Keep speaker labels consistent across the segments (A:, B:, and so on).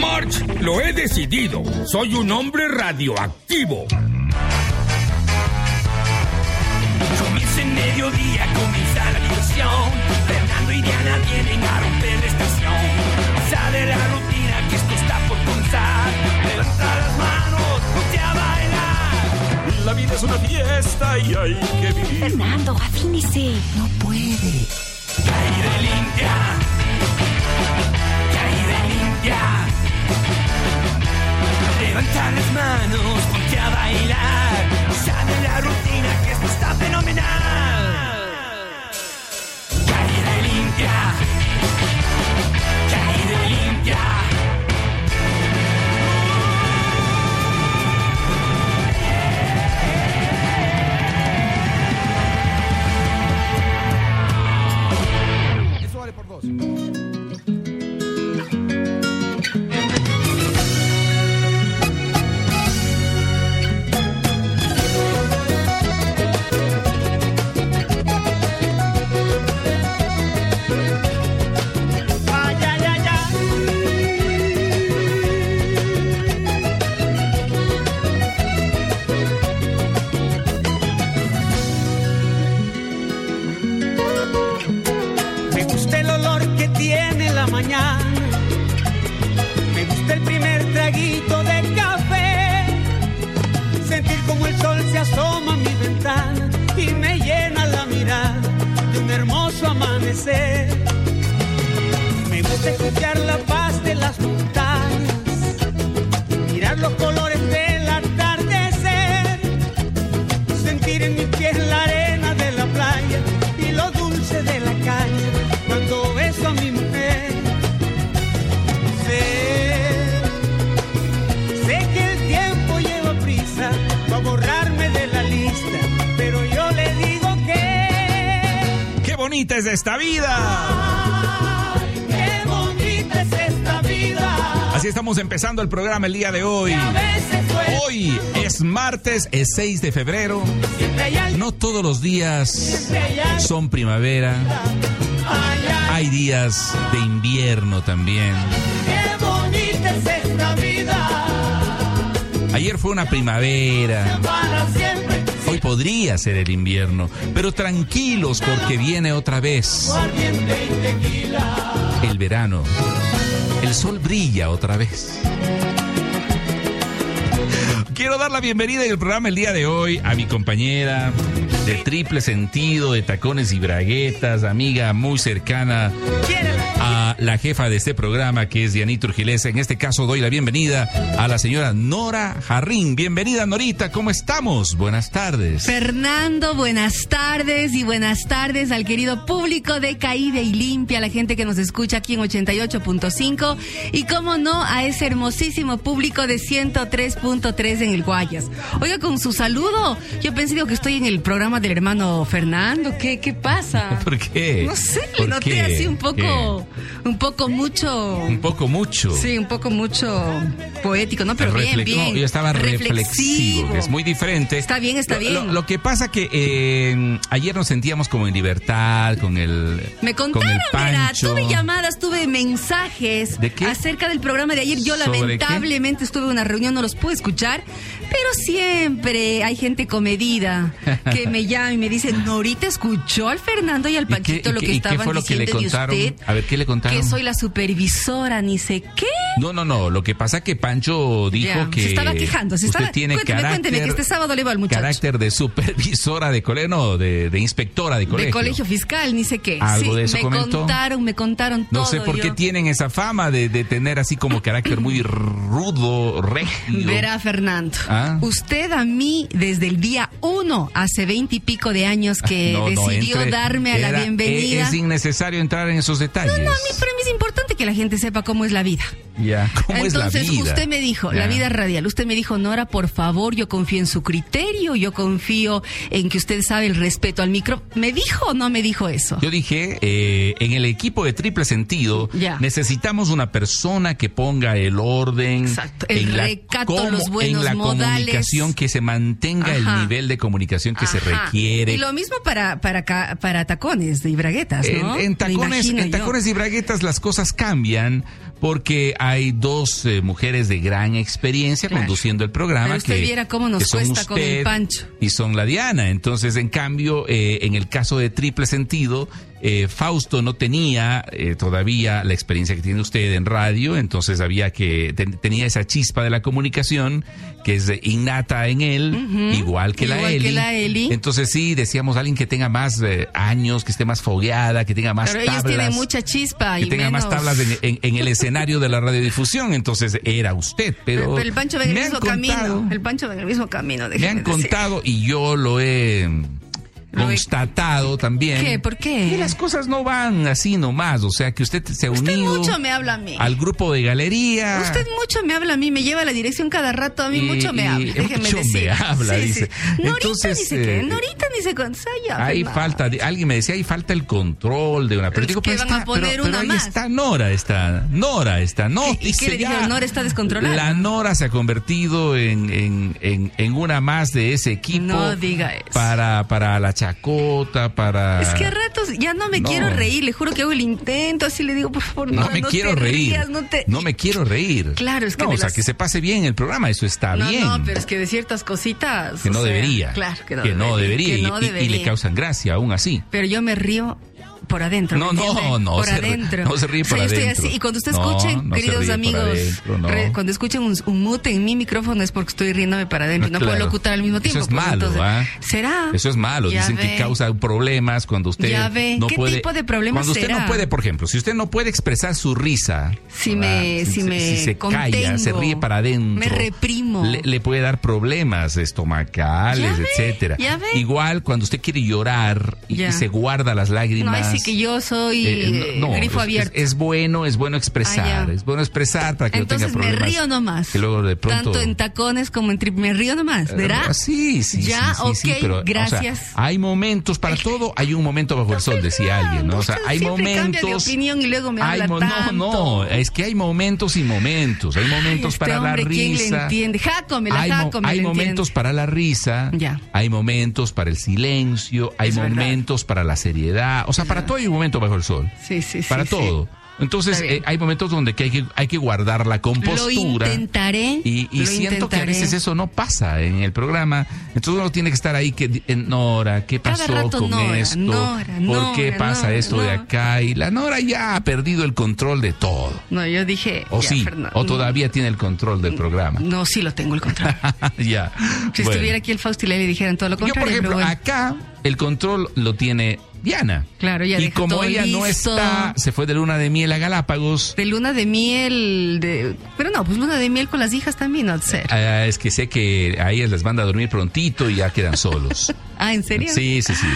A: March, lo he decidido. Soy un hombre radioactivo.
B: Comienza en mediodía, comienza la diversión. Fernando y Diana vienen a romper la estación. Sale la rutina que esto está por comenzar. Levanta las manos, ponte a bailar.
C: La vida es una fiesta y hay que vivir.
D: Fernando, afínese.
E: No puede.
B: Caire limpia. Caire limpia. Levanta las manos, ponte a bailar. Sale la rutina que esto está fenomenal. Caída limpia. Caída limpia.
E: Eso vale por dos.
B: Ay, ay, ay, ay.
F: Me gusta el olor que tiene la mañana. Me gusta el primer traguito de café. Sentir como el sol se asoma a mi ventana y me llena la mirada de un hermoso amanecer. Me gusta escuchar la paz de las montañas. Mirar los colores del atardecer. Sentir en mis pies la arena de la playa y lo dulce de la caña cuando beso a mi mujer. Sé, sé que el tiempo lleva prisa para borrarme de la lista, pero yo le digo que,
C: ¡Qué bonita es esta vida!
F: ay, qué bonita es esta vida.
C: Así estamos empezando el programa el día de hoy.
F: A veces fue,
C: Hoy es martes, es 6 de febrero.
F: siempre hay algo,
C: No todos los días
F: siempre hay algo,
C: son primavera.
F: ay, ay,
C: Hay días de invierno también.
F: qué bonita es esta vida.
C: Ayer fue una primavera.
F: Para siempre,
C: Hoy podría ser el invierno. Pero tranquilos porque viene otra vez
F: ardiente y tequila.
C: el verano. El sol brilla otra vez. Quiero dar la bienvenida en el programa el día de hoy a mi compañera de triple sentido, de tacones y braguetas, amiga muy cercana
F: Quiérela.
C: a la jefa de este programa, que es Dianita Urgilés. En este caso doy la bienvenida a la señora Nora Jarrín. Bienvenida, Norita, ¿cómo estamos? Buenas tardes.
D: Fernando, buenas tardes y buenas tardes al querido público de Caída y Limpia, la gente que nos escucha aquí en 88.5 y cómo no a ese hermosísimo público de 103.3 en el Guayas. Oiga, con su saludo, yo pensé digo, que estoy en el programa del hermano Fernando, ¿qué, qué pasa?
C: ¿Por qué?
D: No sé, le
C: ¿Por
D: noté
C: qué?
D: así un poco, un poco mucho...
C: ¿Qué? Un poco mucho.
D: Sí, un poco mucho poético, ¿no? Pero bien,
C: Reflex-
D: bien.
C: no, yo estaba reflexivo,
D: Reflexivo.
C: que es muy diferente.
D: Está bien, está
C: Lo-
D: bien.
C: Lo, lo que pasa que eh, ayer nos sentíamos como en libertad, con el
D: Me
C: con el
D: contaron, mira,
C: pancho.
D: tuve llamadas, tuve mensajes
C: ¿De qué?
D: acerca del programa de ayer. Yo
C: ¿Sobre
D: lamentablemente estuve en una reunión, no los pude escuchar, pero siempre hay gente comedida que me llama y me dice, Norita escuchó al Fernando y al
C: ¿Y qué-
D: Paquito
C: y
D: lo
C: qué-
D: que
C: y qué
D: estaban
C: fue lo que le
D: diciendo de
C: contaron?
D: usted.
C: A ver, ¿qué le contaron?
D: Que soy la supervisora, ni sé qué.
C: No, no, no. Lo que pasa que Pancho dijo
D: Ya,
C: que
D: se estaba quejando, se
C: usted
D: estaba-
C: tiene
D: cuénteme,
C: carácter,
D: cuénteme, que este sábado le va al muchacho.
C: Carácter de supervisora de colegio, no, de, de inspectora de colegio.
D: De colegio fiscal, ni sé qué.
C: Algo
D: sí,
C: de eso
D: me
C: comentó.
D: contaron, me contaron todo.
C: No sé por qué
D: yo.
C: tienen esa fama de, de tener así como carácter muy rudo, regido.
D: Verá, Fernando,
C: Ah.
D: usted a mí desde el día uno, hace veinte y pico de años que
C: Ah, No, no,
D: decidió
C: entre-
D: darme a la
C: era- e,
D: bienvenida.
C: Es, es innecesario entrar en esos detalles.
D: No, a mí, para mí es importante que la gente sepa cómo es la vida.
C: Ya. ¿Cómo es la
D: Entonces
C: vida?
D: usted me dijo,
C: Ya.
D: la vida radial, usted me dijo, Nora, por favor, yo confío en su criterio, yo confío en que usted sabe el respeto al micro. ¿Me dijo o no me dijo eso?
C: Yo dije, eh, en el equipo de triple sentido,
D: Ya.
C: necesitamos una persona que ponga el orden,
D: Exacto, el
C: en la,
D: recato,
C: cómo-
D: los buenos
C: en la
D: modales.
C: comunicación, que se mantenga el
D: Ajá.
C: nivel de comunicación que se
D: Ajá.
C: requiere.
D: Y lo mismo para, para, ca- para tacones de braguetas,
C: En,
D: ¿no?
C: en
D: Me
C: tacones,
D: imagino
C: en
D: yo.
C: tacones y braguetas las cosas cambian porque a, hay dos eh, mujeres de gran experiencia
D: Claro.
C: conduciendo el programa.
D: Pero usted
C: que,
D: viera cómo nos
C: que son
D: cuesta con el Pancho.
C: Y son la Diana. Entonces, en cambio, eh, en el caso de Triple Sentido, eh, Fausto no tenía eh, todavía la experiencia que tiene usted en radio, entonces había que ten- tenía esa chispa de la comunicación que es eh, innata en él, igual que la
D: Igual que
C: Eli.
D: la Eli.
C: Entonces sí, decíamos alguien que tenga más eh, años, que esté más fogueada, que tenga más
D: Pero
C: tablas
D: ellos tienen mucha chispa
C: que
D: y
C: tenga
D: menos...
C: más tablas en, en- en el escenario de la radiodifusión. Entonces era usted, pero.
D: Pero, el Pancho va
C: me
D: en el
C: han
D: mismo
C: contado-
D: camino. El Pancho va en el mismo camino.
C: Me
D: déjeme
C: han
D: decir.
C: contado y yo lo he
D: Lo he-
C: constatado también.
D: ¿Qué? ¿Por qué?
C: Que las cosas no van así nomás. O sea, que usted se ha
D: Usted
C: unido
D: mucho me habla a mí.
C: al grupo de galería.
D: Usted mucho me habla a mí, me lleva a la dirección cada rato, a mí
C: Y-
D: mucho me
C: y-
D: habla, déjeme
C: mucho me
D: decir.
C: habla, dice.
D: Norita
C: Entonces,
D: ni se qué,
C: eh,
D: Norita ni se consaya.
C: Hay falta, de- alguien me decía, hay falta el control de una. Pero
D: Es
C: digo,
D: que
C: pero
D: van
C: está-
D: a poner
C: pero- pero
D: una
C: ahí
D: más.
C: está Nora, está Nora, está no.
D: ¿Y- y qué
C: dice
D: le dije?
C: ya.
D: Nora está descontrolada.
C: La Nora se ha convertido en, en- en- en una más de ese equipo.
D: No diga eso.
C: Para, para la chacota, para.
D: Es que a ratos ya no me
C: No.
D: quiero reír, le juro que hago el intento, así le digo, por favor,
C: No
D: Nora,
C: me
D: no
C: quiero
D: te
C: reír.
D: rías, no te-
C: me quiero reír.
D: Claro, es que
C: No,
D: de
C: o sea,
D: las-
C: que se pase bien el programa, eso está
D: No,
C: bien.
D: no, pero es que de ciertas cositas.
C: Que
D: o
C: no
D: sea,
C: debería.
D: Claro, que no,
C: debería.
D: que
C: y-
D: no
C: y- y le
D: debería.
C: causan gracia aún así.
D: Pero yo me río por adentro.
C: No,
D: ¿me
C: no,
D: entiende?
C: no
D: Por
C: se ríe-
D: adentro.
C: no se ríe
D: O sea,
C: por
D: yo estoy
C: adentro.
D: así. Y cuando usted
C: No,
D: escuche,
C: no se
D: queridos
C: ríe por
D: amigos,
C: adentro, no.
D: re- cuando escuchen un, un mute en mi micrófono es porque estoy riéndome para adentro. y No
C: Claro.
D: puedo locutar al mismo tiempo.
C: Eso es
D: pues,
C: malo,
D: entonces,
C: ¿ah?
D: ¿Será?
C: Eso es malo.
D: Ya
C: Dicen
D: ve.
C: que causa problemas cuando usted
D: Ya ve.
C: no
D: ¿Qué
C: puede.
D: tipo de problema
C: Cuando usted
D: será?
C: no puede, por ejemplo, si usted no puede expresar su risa,
D: Si
C: ¿verdad?
D: me- si
C: se-
D: me
C: si se calla, se
D: contengo,
C: ríe para adentro,
D: me reprimo.
C: le, le puede dar problemas estomacales,
D: Ya ve,
C: etcétera.
D: ya ve.
C: Igual cuando usted quiere llorar y,
D: Ya.
C: y se guarda las
D: No,
C: lágrimas.
D: ahí sí que yo soy
C: eh, no, no,
D: grifo
C: es-
D: abierto.
C: Es, es bueno, es bueno
D: Ah,
C: expresar,
D: ya.
C: es bueno expresar para que
D: Entonces
C: no tenga
D: me
C: problemas.
D: río nomás.
C: Que luego de pronto
D: Tanto en tacones como en trip. Me río nomás. ¿Verá?
C: Ah, Sí, sí, sí,
D: Pues, Ya,
C: sí, sí,
D: ok,
C: pero, o sea,
D: gracias.
C: hay momentos para todo, hay un momento bajo el sol, decía alguien, ¿no? O sea,
D: Usted
C: hay
D: ah, siempre cambia de
C: momentos.
D: opinión y luego me
C: hay
D: habla
C: mo- no,
D: tanto.
C: no, es que hay momentos y momentos. Hay momentos
D: Este
C: para la
D: hombre, ¿quién le
C: risa.
D: entiende? Jácomela,
C: hay mo-
D: jácomela,
C: hay
D: entiende.
C: momentos para la risa,
D: Ya.
C: hay momentos para el silencio, hay
D: Es verdad.
C: momentos para la seriedad. O sea, para todo hay un momento bajo el sol.
D: Sí, sí, sí,
C: Para
D: sí.
C: todo. Entonces,
D: Está
C: eh,
D: bien.
C: hay momentos donde que hay, que hay que guardar la compostura.
D: Lo intentaré.
C: Y, y
D: lo
C: siento que a
D: intentaré.
C: veces eso no pasa en el programa. Entonces uno tiene que estar ahí que di- en Nora, ¿qué
D: Cada
C: pasó
D: rato
C: con
D: Nora,
C: esto?
D: Nora,
C: ¿Por qué
D: Nora,
C: pasa
D: Nora,
C: esto de
D: Nora?
C: acá? Y la Nora ya ha perdido el control de todo.
D: No, yo dije.
C: O
D: ya,
C: sí,
D: Fernando,
C: o todavía tiene el control del programa.
D: No, sí lo tengo el control.
C: ya.
D: Si
C: bueno.
D: estuviera aquí el Fausto y le dijeran todo lo
C: Yo,
D: contrario.
C: por ejemplo,
D: pero bueno.
C: acá el control lo tiene Diana.
D: Claro, ella
C: Y
D: deja
C: como
D: todo
C: ella no
D: listo.
C: está, se fue de luna de miel a Galápagos.
D: De luna de miel. De... Pero no, pues luna de miel con las hijas también, al ser.
C: ah, es que sé que a ellas les manda a dormir prontito y ya quedan solos.
D: Ah, ¿en serio?
C: Sí, sí, sí.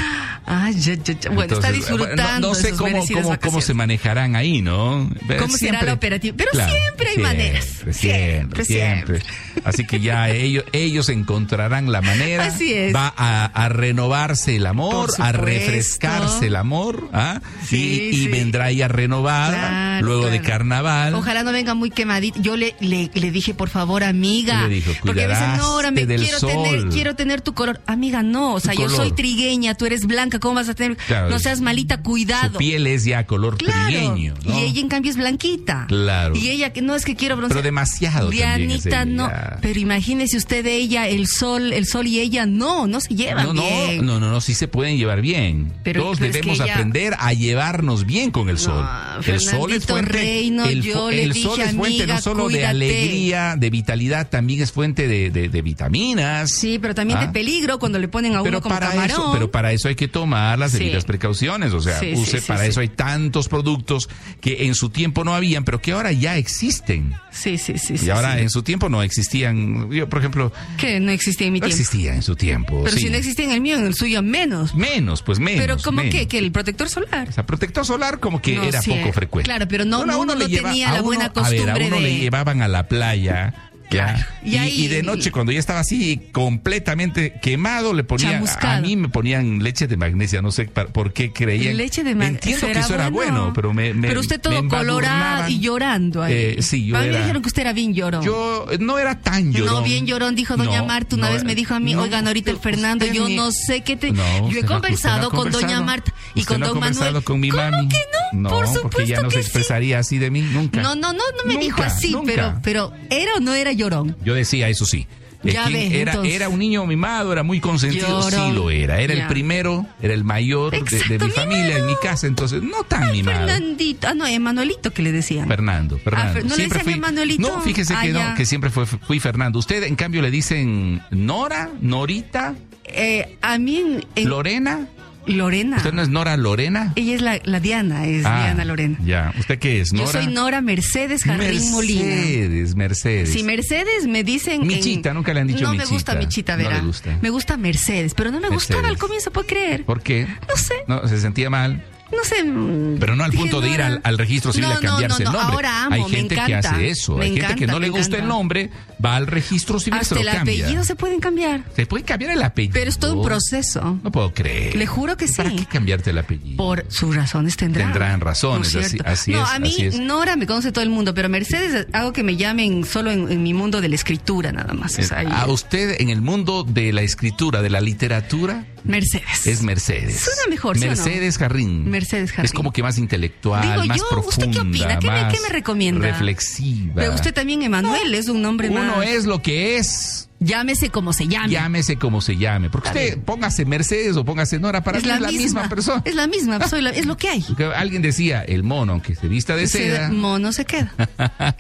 D: Ah, ya, ya, ya. Bueno, está
C: Entonces, bueno, No,
D: disfrutando.
C: no
D: de
C: sé
D: sus
C: cómo,
D: merecidas
C: cómo, cómo
D: vacaciones.
C: se manejarán ahí, ¿no? Pero
D: ¿Cómo será la operativa? Pero siempre hay maneras.
C: Siempre,
D: Siempre,
C: siempre. Así que ya ellos, ellos encontrarán la manera.
D: Así es.
C: Va a, a renovarse el amor,
D: Por
C: a
D: supuesto.
C: refrescarse el amor, ¿ah?
D: Sí,
C: y, y
D: sí.
C: vendrá ya renovada
D: Claro,
C: luego de
D: claro.
C: carnaval.
D: Ojalá no venga muy quemadita. Yo le, le, le dije, por favor, amiga.
C: Le dijo,
D: porque
C: cuidarás
D: Nora, me
C: del
D: quiero
C: sol".
D: tener, quiero tener tu color. Amiga, no, o sea,
C: Tu
D: yo
C: color.
D: soy trigueña, tú eres blanca, ¿cómo vas a tener?
C: Claro.
D: No seas malita,
C: Su
D: cuidado.
C: piel es ya color
D: claro.
C: trigueño, ¿no?
D: Y ella en cambio es blanquita.
C: Claro.
D: Y ella que no es que quiero broncear.
C: Pero demasiado también es
D: Dianita
C: ella.
D: no, pero imagínese usted ella, el sol, el sol y ella no, no se llevan
C: No,
D: bien.
C: no, no, no, no, sí se pueden llevar bien.
D: Pero-
C: Todos
D: pero es
C: debemos
D: que ella-
C: aprender a llevarnos bien con el sol. el sol es
D: Fernandito
C: fuente,
D: Reino,
C: el,
D: yo
C: fu-
D: le
C: el sol
D: dije,
C: es fuente no
D: amiga,
C: solo de
D: cuídate.
C: alegría, de vitalidad, también es fuente de, de- de vitaminas.
D: Sí, pero también
C: Ah.
D: de peligro cuando le ponen a uno
C: Pero
D: como
C: para,
D: camarón.
C: eso, pero para eso hay que tomar las
D: Sí.
C: debidas precauciones, o sea,
D: Sí, sí,
C: use,
D: sí,
C: para
D: sí.
C: eso hay tantos productos que en su tiempo no habían, pero que ahora ya existen.
D: Sí, sí, sí.
C: Y
D: sí,
C: ahora
D: sí.
C: en su tiempo no existían, yo por ejemplo,
D: Que no existía en mi
C: no
D: tiempo.
C: existía en su tiempo.
D: Pero
C: sí.
D: si no existe en el mío, en el suyo menos.
C: Menos, pues menos.
D: pero como
C: menos.
D: que, que el protector solar.
C: O sea, protector solar como que
D: No
C: era
D: sé.
C: poco frecuente.
D: Claro, pero no-
C: Bueno, a
D: no, uno
C: le
D: no tenía
C: a
D: la buena
C: A ver, a
D: costumbre
C: uno
D: de-
C: le llevaban a la playa Ya.
D: Y
C: Y,
D: ahí-
C: y de noche, cuando ya estaba así completamente quemado, le ponían.
D: Chamuscado.
C: A mí me ponían leche de magnesia, no sé pa- por qué creían.
D: Leche de magnesia.
C: Entiendo que eso era bueno, pero me. me-
D: pero usted todo
C: me
D: colorado
C: embadurnaban.
D: y llorando ahí.
C: Eh, sí, yo
D: a mí me
C: era-
D: dijeron que usted era bien llorón.
C: Yo eh, no era tan llorón.
D: No, bien llorón, dijo doña
C: No,
D: Marta. Una
C: no, eh,
D: vez me dijo a mí,
C: no,
D: oigan, ahorita el
C: usted-
D: Fernando,
C: usted
D: yo
C: ni-
D: no sé qué te...
C: No,
D: este, yo he
C: usted no-
D: conversado
C: usted no ha
D: con doña
C: conversado.
D: Marta y
C: Usted
D: con
C: no ha
D: don Manuel.
C: conversado con mi
D: ¿Cómo
C: mami?
D: que no? Por
C: porque
D: supuesto
C: ya no
D: que
C: se
D: sí.
C: expresaría así de mí nunca.
D: No, no, no, no me
C: Nunca,
D: dijo así,
C: nunca.
D: pero, pero ¿era o no era llorón?
C: Yo decía, eso sí. Eh,
D: Ya
C: ¿quién
D: ves,
C: era,
D: entonces.
C: era un niño mimado, era muy consentido.
D: Llorón.
C: Sí lo era. Era
D: Ya.
C: el primero, era el mayor de- de,
D: Exacto,
C: mi familia, en mi
D: mimado.
C: casa. Entonces, no tan mimado.
D: Fernandito, ah, no, Emanuelito que le decían.
C: Fernando, Fernando.
D: Ah, Fer- ¿no le
C: Siempre
D: dicen
C: fui-
D: Manuelito?
C: No, fíjese
D: Ah,
C: que
D: ya.
C: no, que siempre fue, fui Fernando. Usted, en cambio, le dicen Nora, Norita,
D: Eh, a mí en, en- Ah.
C: Lorena.
D: Lorena.
C: ¿Usted no es Nora Lorena?
D: Ella es la, la Diana, es
C: Ah,
D: Diana Lorena.
C: Ya, ¿usted qué es? Nora.
D: Yo soy Nora Mercedes Jarrín Molina.
C: Mercedes, Mercedes.
D: Si Mercedes me dicen. en-
C: Michita, nunca le han dicho
D: No me
C: Michita.
D: gusta Michita,
C: No
D: verá.
C: le gusta.
D: Me gusta Mercedes, pero no me
C: Mercedes.
D: gustaba al comienzo, ¿puede creer?
C: ¿Por qué?
D: No sé.
C: No, se sentía mal.
D: No sé. mm,
C: Pero no al
D: dije,
C: punto de ir
D: Nora.
C: al, al registro civil
D: No,
C: a cambiarse
D: no, no, no,
C: el nombre.
D: Ahora amo,
C: Hay
D: me
C: gente que
D: encanta.
C: hace eso.
D: Me
C: Hay gente que
D: encanta,
C: no le
D: me
C: gusta el
D: encanta.
C: nombre, va al registro civil y se
D: Hasta
C: lo
D: el
C: cambia.
D: apellido se pueden cambiar.
C: Se puede cambiar el apellido.
D: Pero es todo un proceso.
C: No puedo creer.
D: Le juro que
C: Eh, ¿Para
D: sí.
C: qué cambiarte el apellido?
D: Por sus razones tendrán.
C: Tendrán razones,
D: ¿No es
C: así-
D: cierto?
C: así
D: No,
C: es,
D: a mí
C: así es.
D: Nora me conoce todo el mundo, pero Mercedes hago que me llamen solo en, en mi mundo de la escritura nada más. o sea, ahí-
C: a usted en el mundo de la escritura, de la literatura,
D: Mercedes.
C: es Mercedes.
D: Suena mejor, ¿sí o no?
C: Mercedes Jarrín.
D: Mercedes Jarrín.
C: Es como que más intelectual,
D: Digo
C: más
D: yo,
C: profunda.
D: ¿usted qué opina? ¿Qué me-
C: más
D: qué me recomienda?
C: Reflexiva.
D: Pero usted también, Emanuel, es un nombre más.
C: Uno es lo que es.
D: Llámese como se llame.
C: Llámese como se llame. Porque
D: Está
C: usted póngase Mercedes o póngase Nora, para
D: es
C: mí
D: la,
C: es la misma, persona.
D: Es la misma, soy la- es lo que hay.
C: Porque Alguien decía, el mono, aunque se vista de seda.
D: Mono se queda.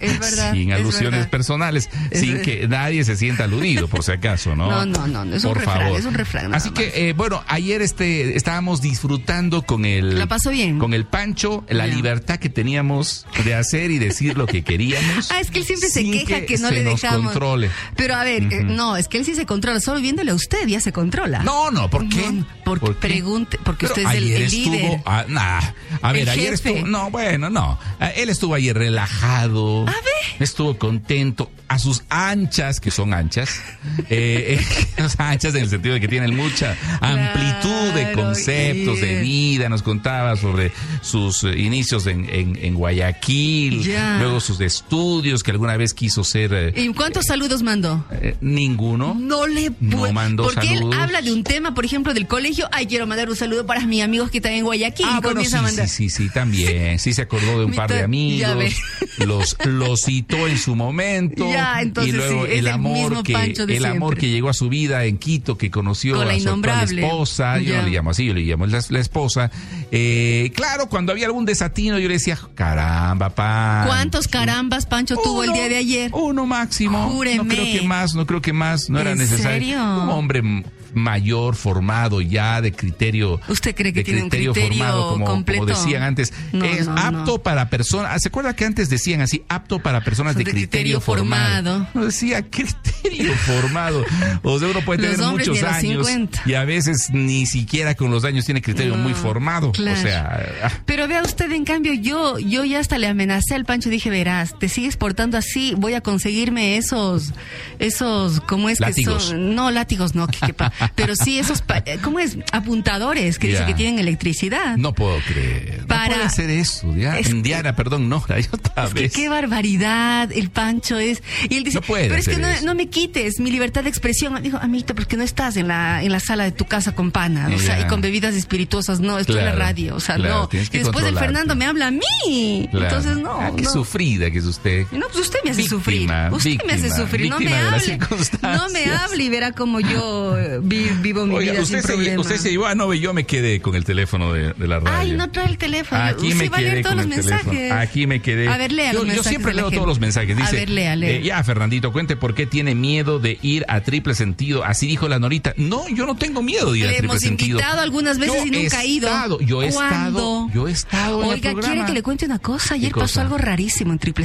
D: Es verdad.
C: sin
D: es
C: alusiones
D: verdad.
C: personales,
D: Es
C: sin
D: verdad.
C: que nadie se sienta aludido, por si acaso, ¿no?
D: No, no, no, no, es un
C: por
D: refrán,
C: favor.
D: es un refrán nada
C: Así que, eh, bueno, ayer este estábamos disfrutando con el.
D: La pasó bien.
C: Con el Pancho, la
D: Ya.
C: libertad que teníamos de hacer y decir lo que queríamos.
D: Ah, es que él siempre se
C: sin
D: queja que, no
C: se
D: le
C: nos
D: dejamos.
C: controle.
D: Pero a ver, eh, no, es que él sí se controla. Solo viéndole a usted ya se controla.
C: No, no, ¿por qué?
D: No, porque
C: ¿Por qué?
D: pregunte- porque
C: Pero
D: usted es el-
C: ayer
D: el
C: estuvo,
D: líder.
C: ah, nah, a ver,
D: El
C: ayer
D: jefe.
C: estuvo. No, bueno, no. Ah, Él estuvo ayer relajado.
D: A ver.
C: Estuvo contento. A sus anchas, que son anchas. eh, eh, o sea, anchas en el sentido de que tienen mucha amplitud de
D: Claro,
C: conceptos, de
D: bien.
C: vida. Nos contaba sobre sus eh, inicios en, en- en Guayaquil.
D: Ya.
C: Luego sus estudios, que alguna vez quiso ser. eh,
D: ¿Y cuántos saludos mandó?
C: eh, ninguno.
D: No le
C: No
D: puedo.
C: mandó
D: porque
C: saludos.
D: él habla de un tema, por ejemplo, del colegio. Ay, quiero mandar un saludo para mis amigos que están en Guayaquil.
C: Ah,
D: y
C: bueno, sí,
D: comienza a mandar.
C: sí, sí, sí, también. Sí se acordó de un
D: Mi
C: par de
D: ta- ya
C: amigos.
D: ve.
C: Los, los citó en su momento.
D: Ya, entonces
C: y luego
D: sí, es
C: el
D: el
C: amor
D: mismo
C: que
D: Pancho de
C: el amor
D: siempre.
C: que llegó a su vida en Quito, que conoció
D: Con la
C: a su actual
D: innombrable.
C: esposa. Yo
D: Ya.
C: no le llamo así, yo le llamo la, la esposa. Eh, claro, cuando había algún desatino, yo le decía, caramba, Pancho.
D: ¿Cuántos carambas Pancho tuvo el
C: Uno,
D: día de ayer?
C: Uno máximo.
D: Júreme.
C: No creo que más, no creo que más, no era
D: ¿En
C: necesario.
D: serio?
C: Un hombre m- mayor, formado ya, de criterio.
D: ¿Usted cree que
C: de
D: tiene un criterio
C: formado, como, como
D: completo?
C: decían antes.
D: No,
C: es
D: no, no.
C: apto para personas. ¿Se acuerda que antes decían así? Apto para personas
D: Son
C: de,
D: de
C: criterio,
D: criterio
C: formado.
D: formado.
C: No decía criterio formado. O sea, uno puede
D: Los
C: tener
D: hombres
C: muchos
D: ni a los
C: años.
D: 50.
C: Y a veces ni siquiera con los años tiene criterio
D: No,
C: muy formado.
D: claro.
C: O sea. ah,
D: Pero vea usted, en cambio, yo, yo ya hasta le amenacé al Pancho y dije, verás, te sigues portando así, voy a conseguirme esos, esos, ¿cómo es
C: Látigos.
D: que son? No, látigos no, que, que pa- pero sí esos, pa- eh, ¿cómo es? Apuntadores que dicen
C: Ya.
D: que tienen electricidad.
C: No puedo creer.
D: Para-
C: No puede ser eso, ya.
D: Es que-
C: Diana, perdón, no, yo otra
D: Es que
C: vez.
D: qué barbaridad, el Pancho es. Y él dice,
C: No puede
D: pero es que
C: hacer
D: no,
C: eso.
D: no me quites mi libertad de expresión. Dijo, amiguito, porque no estás en la, en la sala de tu casa con pana, o sea,
C: Ya.
D: y con bebidas espirituosas, no, estoy en
C: Claro,
D: la radio, o sea,
C: claro,
D: no.
C: tienes que
D: Y después el
C: controlarte.
D: Fernando me habla a mí.
C: Claro.
D: Entonces, no.
C: Ah, qué
D: no.
C: sufrida que es usted.
D: No, pues usted me hace
C: Víctima,
D: sufrir. Usted me hace
C: víctima,
D: sufrir. No me
C: víctima de las
D: hable. No me
C: circunstancias.
D: hable y verá como yo eh, vi- vivo mi
C: Oiga,
D: vida
C: usted
D: sin
C: se,
D: problema.
C: usted se llevó a Nove, yo me quedé con el teléfono de, de la radio.
D: Ay, no trae el teléfono.
C: Aquí
D: Usted
C: me
D: va a leer
C: quedé
D: todos
C: con
D: los
C: el
D: mensajes.
C: teléfono. Aquí me quedé.
D: A ver, lea
C: yo,
D: los
C: yo
D: mensajes
C: siempre
D: de la
C: leo
D: gente.
C: todos los mensajes. Dice,
D: A ver, lea, lea.
C: eh, ya, Fernandito, cuente por qué tiene miedo de ir a triple sentido. Así dijo la Norita. No, yo no tengo miedo de ir
D: Le
C: a triple
D: hemos
C: sentido.
D: invitado algunas veces
C: Yo
D: y nunca
C: he
D: he ido.
C: estado, yo he
D: ¿Cuándo?
C: estado. Yo he estado en el
D: Oiga, quiere
C: programa.
D: que le cuente una cosa. Ayer
C: ¿Qué cosa?
D: pasó algo rarísimo en triple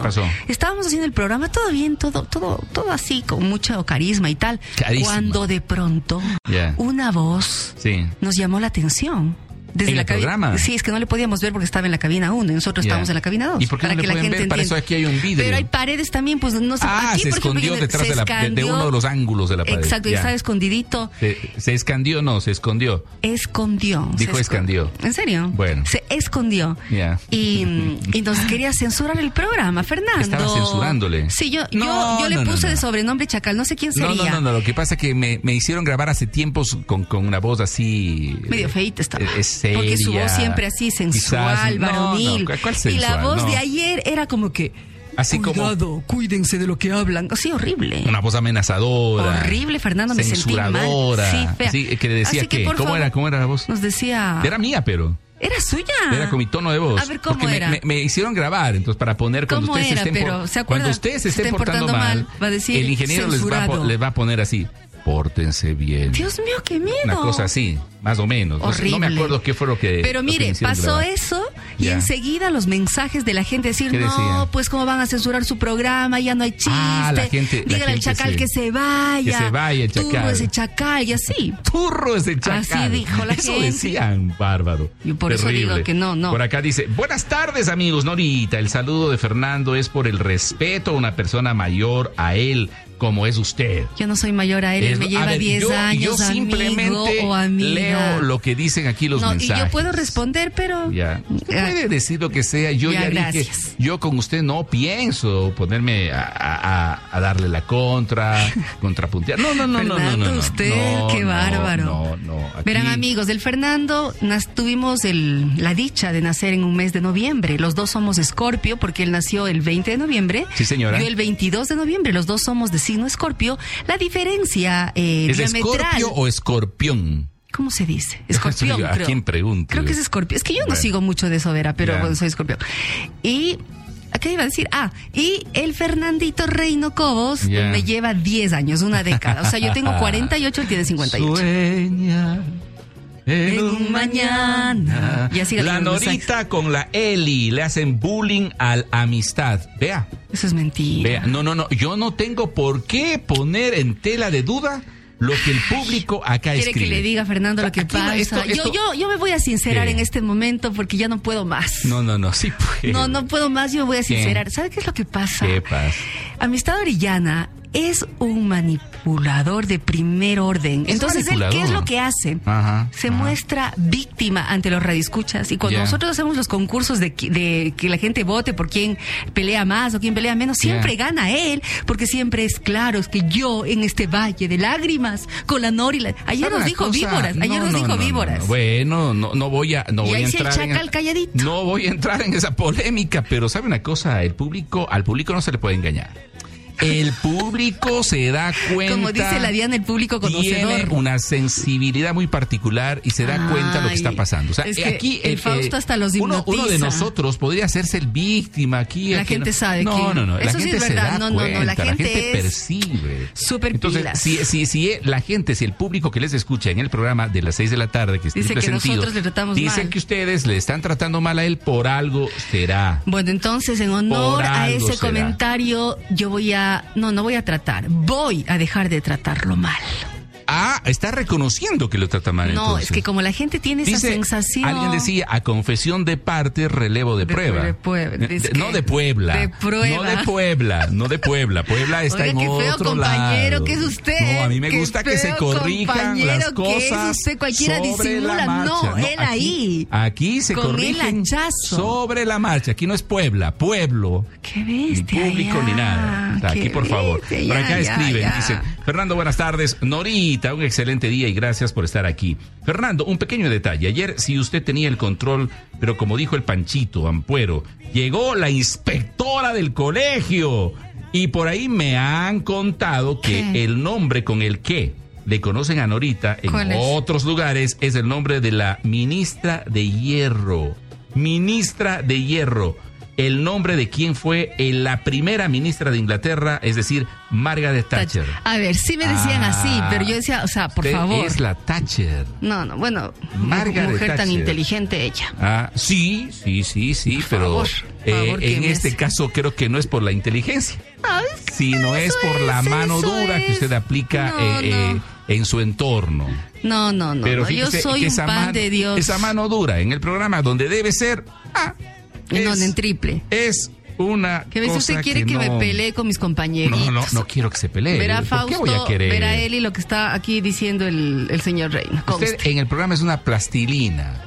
C: ¿Qué pasó?
D: Estábamos haciendo el programa, todo bien, todo, todo, todo así, con mucho carisma y tal.
C: Carisma.
D: Cuando de pronto
C: Ya.
D: una voz
C: Sí.
D: nos llamó la atención. Desde
C: ¿En
D: la
C: el
D: cabina-
C: programa?
D: Sí, es que no le podíamos ver porque estaba en la cabina 1 y nosotros
C: Ya.
D: estábamos en la cabina 2.
C: ¿Y por qué no le pueden ver? Para eso aquí hay un vidrio.
D: Pero hay paredes también, pues no sé.
C: Ah,
D: aquí,
C: se
D: por ejemplo,
C: escondió
D: yo-
C: detrás
D: se
C: de, la- de- de
D: escondió-
C: uno de los ángulos de la pared.
D: Exacto, y
C: Ya.
D: estaba escondidito.
C: se, se escandió, no, se escondió.
D: Escondió. se
C: Dijo
D: escon-
C: escondió.
D: ¿En serio?
C: Bueno.
D: Se escondió.
C: Ya.
D: Y, mm, y nos quería censurar el programa, Fernando.
C: Estaba censurándole.
D: Sí, yo,
C: No,
D: yo, yo le
C: no, no,
D: puse
C: no.
D: de sobrenombre Chacal, no sé quién
C: No,
D: sería.
C: no, no, no, lo que pasa es que me, me hicieron grabar hace tiempos con, con una voz así...
D: Medio
C: eh,
D: feíta estaba.
C: eh, Es seria,
D: Porque su voz siempre así,
C: quizás-
D: sensual,
C: no,
D: varonil.
C: no, ¿cuál- cuál
D: y la
C: sensual?
D: voz
C: No.
D: de ayer era como que.
C: Así como-
D: cuidado, cuídense de lo que hablan. Así horrible.
C: Una voz amenazadora.
D: Horrible, Fernando, me sentí mal.
C: censuradora,
D: Sí, fea.
C: así eh, que le decía
D: Así que,
C: que,
D: por
C: ¿cómo
D: favor.
C: era, ¿cómo era la voz?
D: Nos decía.
C: Era mía, pero...
D: Era suya.
C: Era con mi tono de voz.
D: Ah. A ver, ¿cómo
C: Porque me-
D: era?
C: Me, me hicieron grabar, entonces para poner cuando
D: ¿Cómo
C: ustedes
D: era?
C: se estén por-
D: Pero, ¿se acuerda?
C: cuando ustedes se estén, portando, mal,
D: va a decir
C: el ingeniero les va, a po-
D: censurado.
C: les va a poner así, pórtense bien.
D: Dios mío, qué miedo.
C: Una cosa así, más o menos. No sé,
D: Horrible.
C: No, me acuerdo qué fue lo que
D: Pero
C: Eh, lo que me
D: mire,
C: hicieron
D: pasó
C: grabar.
D: eso y
C: Ya.
D: enseguida los mensajes de la gente decir,
C: ¿Qué decían?
D: no, pues cómo van a censurar su programa, ya no hay chiste.
C: Ah, la gente- la
D: Dígale al
C: gente
D: chacal
C: se-
D: que se vaya.
C: que se vaya el
D: Turbo
C: chacal.
D: ese chacal y así.
C: Turro ese chacal.
D: Así dijo la
C: Eso
D: gente.
C: decían, bárbaro.
D: Y por eso
C: Terrible.
D: digo que no, no.
C: Por acá dice, buenas tardes amigos, Norita. El saludo de Fernando es por el respeto a una persona mayor a él como es usted.
D: Yo no soy mayor a él, él
C: Es-
D: me
C: a
D: lleva
C: ver,
D: 10
C: yo-
D: años,
C: Yo
D: amigo
C: simplemente
D: o amiga.
C: leo lo que dicen aquí los
D: no,
C: mensajes.
D: y yo puedo responder, pero...
C: Ya. Usted
D: Ah,
C: puede decir lo que sea. Yo
D: Ya,
C: ya, dije,
D: gracias.
C: yo con usted no pienso ponerme a, a- a- a darle la contra, contrapuntear. No, no, no, no, no, no,
D: Fernando,
C: no.
D: usted,
C: No,
D: qué
C: no,
D: bárbaro.
C: No, no. Aquí-
D: Verán amigos, del Fernando nas- tuvimos el- la dicha de nacer en un mes de noviembre. Los dos somos Escorpio porque él nació el 20 de noviembre.
C: Sí, señora.
D: Yo el 22 de noviembre. Los dos somos de signo Escorpio. La diferencia eh,
C: ¿Es
D: diametral.
C: escorpio o escorpión?
D: ¿Cómo se dice? Escorpión,
C: ¿A
D: creo.
C: quién pregunto?
D: Creo que es escorpio. Es que yo no
C: Bueno.
D: sigo mucho de eso, Vera, pero
C: Ya.
D: bueno, soy escorpio. Y... ¿A qué iba a decir? Ah, y el Fernandito Reino Cobos
C: Ya.
D: me lleva 10 años, una década. O sea, yo tengo 48, él tiene 58.
C: Sueña en
D: En un mañana. Y así
C: la
D: ganan los
C: Norita con la Eli le hacen bullying al amistad. Vea,
D: Eso es mentira.
C: vea. No, no, no. Yo no tengo por qué poner en tela de duda lo que el público acá
D: Quiere
C: escribe.
D: que le diga Fernando lo que
C: Aquí no,
D: pasa.
C: esto- esto-
D: Yo, yo, yo me voy a sincerar
C: ¿Qué?
D: en este momento porque ya no puedo más.
C: No, no, no. Sí, pues.
D: No, no puedo más, yo me voy a
C: ¿Qué?
D: sincerar. ¿Sabe qué es lo que pasa?
C: ¿Qué pasa?
D: Amistad Orellana es un manipulador de primer orden.
C: Es
D: Entonces, él, ¿qué es
C: manipulador.
D: lo que hace?
C: Ajá,
D: Se
C: ajá.
D: muestra víctima ante los radiscuchas. Y cuando
C: Ya.
D: nosotros hacemos los concursos de, qui- de que la gente vote por quién pelea más o quién pelea menos, siempre
C: Ya.
D: gana él, porque siempre es claro es que yo en este valle de lágrimas, con la Nori. la- Ayer
C: ¿Sabe
D: nos
C: una
D: dijo
C: cosa?
D: víboras,
C: No,
D: ayer nos
C: no,
D: dijo
C: no, no,
D: víboras.
C: no. Bueno, no, no voy a, no
D: Y
C: voy
D: ahí
C: a
D: sí el
C: entrar en
D: chacal calladito.
C: No voy a entrar en esa polémica, pero sabe una cosa, el público, al público no se le puede engañar. El público se da cuenta.
D: Como dice la Diana, el público
C: Tiene
D: conocedor.
C: una sensibilidad muy particular y se da
D: Ay,
C: cuenta lo que está pasando. O sea,
D: es que
C: aquí
D: el
C: eh,
D: Fausto hasta los
C: uno, uno de
D: hipnotiza.
C: nosotros podría hacerse el víctima aquí.
D: La
C: el que
D: gente
C: no.
D: sabe
C: No,
D: quién.
C: no, no. La
D: Eso sí
C: gente
D: es
C: se
D: verdad.
C: da
D: No, no, no, la
C: cuenta. La gente,
D: gente es
C: percibe.
D: súper
C: Entonces,
D: pilas.
C: si, si, si eh, la gente, si el público que les escucha en el programa de las 6 de la tarde, que es
D: Dice
C: triple
D: que
C: sentido,
D: nosotros le tratamos
C: dicen
D: mal.
C: que ustedes le están tratando mal a él por algo será.
D: Bueno, entonces en honor
C: Por
D: a
C: algo
D: ese
C: será.
D: comentario, yo voy a... No, no voy a tratar. Voy a dejar de tratarlo mal.
C: Ah, está reconociendo que lo trata mal.
D: no,
C: Ah, entonces.
D: es que como la gente tiene esa
C: Dice,
D: sensación...
C: Alguien decía, a confesión de parte, relevo de,
D: De
C: prueba.
D: pue- de pue-
C: Eh,
D: dice
C: de- no
D: que-
C: de Puebla.
D: de prueba.
C: No de Puebla, no de Puebla. Puebla está
D: Oiga,
C: en
D: qué feo
C: otro
D: compañero
C: lado.
D: que es usted.
C: No, a mí me
D: Qué
C: gusta que se
D: feo
C: corrijan las
D: compañero que es
C: cosas.
D: usted. Cualquiera
C: sobre la
D: disimula.
C: marcha.
D: No, él
C: aquí-
D: ahí.
C: Aquí se
D: Con el
C: corrigen
D: hachazo.
C: sobre la marcha. Aquí no es Puebla, pueblo.
D: Qué
C: Ni
D: bestia.
C: público ni
D: ya,
C: nada. Está
D: qué
C: aquí, por favor.
D: bestia,
C: por
D: ya,
C: acá
D: ya,
C: escriben.
D: ya.
C: Dicen, Fernando, buenas tardes. Norita, un excelente día y gracias por estar aquí. Fernando, un pequeño detalle. Ayer si usted tenía el control, pero como dijo el Panchito, Ampuero, llegó la inspectora del colegio. Y por ahí me han contado que
D: ¿Qué?
C: el nombre con el que le conocen a Norita en
D: ¿Cuál es?
C: otros lugares es el nombre de la ministra de Hierro. Ministra de Hierro. El nombre de quien fue eh, la primera ministra de Inglaterra, es decir, Margaret Thatcher.
D: A ver, sí me decían
C: Ah,
D: así, pero yo decía, o sea, por
C: usted
D: favor.
C: Es la Thatcher.
D: No, no, bueno,
C: Margaret
D: mujer tan
C: Thatcher.
D: inteligente ella.
C: Ah, sí, sí, sí, sí,
D: Por
C: pero
D: favor,
C: eh,
D: favor, que
C: en
D: me
C: este
D: hace.
C: caso creo que no es por la inteligencia,
D: Ay,
C: sino es
D: eso
C: por la
D: es,
C: mano
D: eso
C: dura que
D: es.
C: usted aplica
D: No,
C: eh, eh,
D: no.
C: en su entorno.
D: No, no, no.
C: Pero
D: no. Yo
C: fíjese
D: soy
C: que
D: un
C: esa
D: pan
C: mano-
D: de Dios.
C: Esa mano dura en el programa donde debe ser. ah,
D: en
C: es-
D: donde en triple.
C: es una
D: Que a veces
C: cosa
D: usted quiere que, me
C: no-
D: pelee con mis compañeros.
C: No, no, no quiero que se pelee.
D: Verá
C: ¿Por qué
D: Fausto,
C: voy a querer?
D: verá Eli lo que está aquí diciendo el, el señor Reina.
C: Usted en el programa es una plastilina.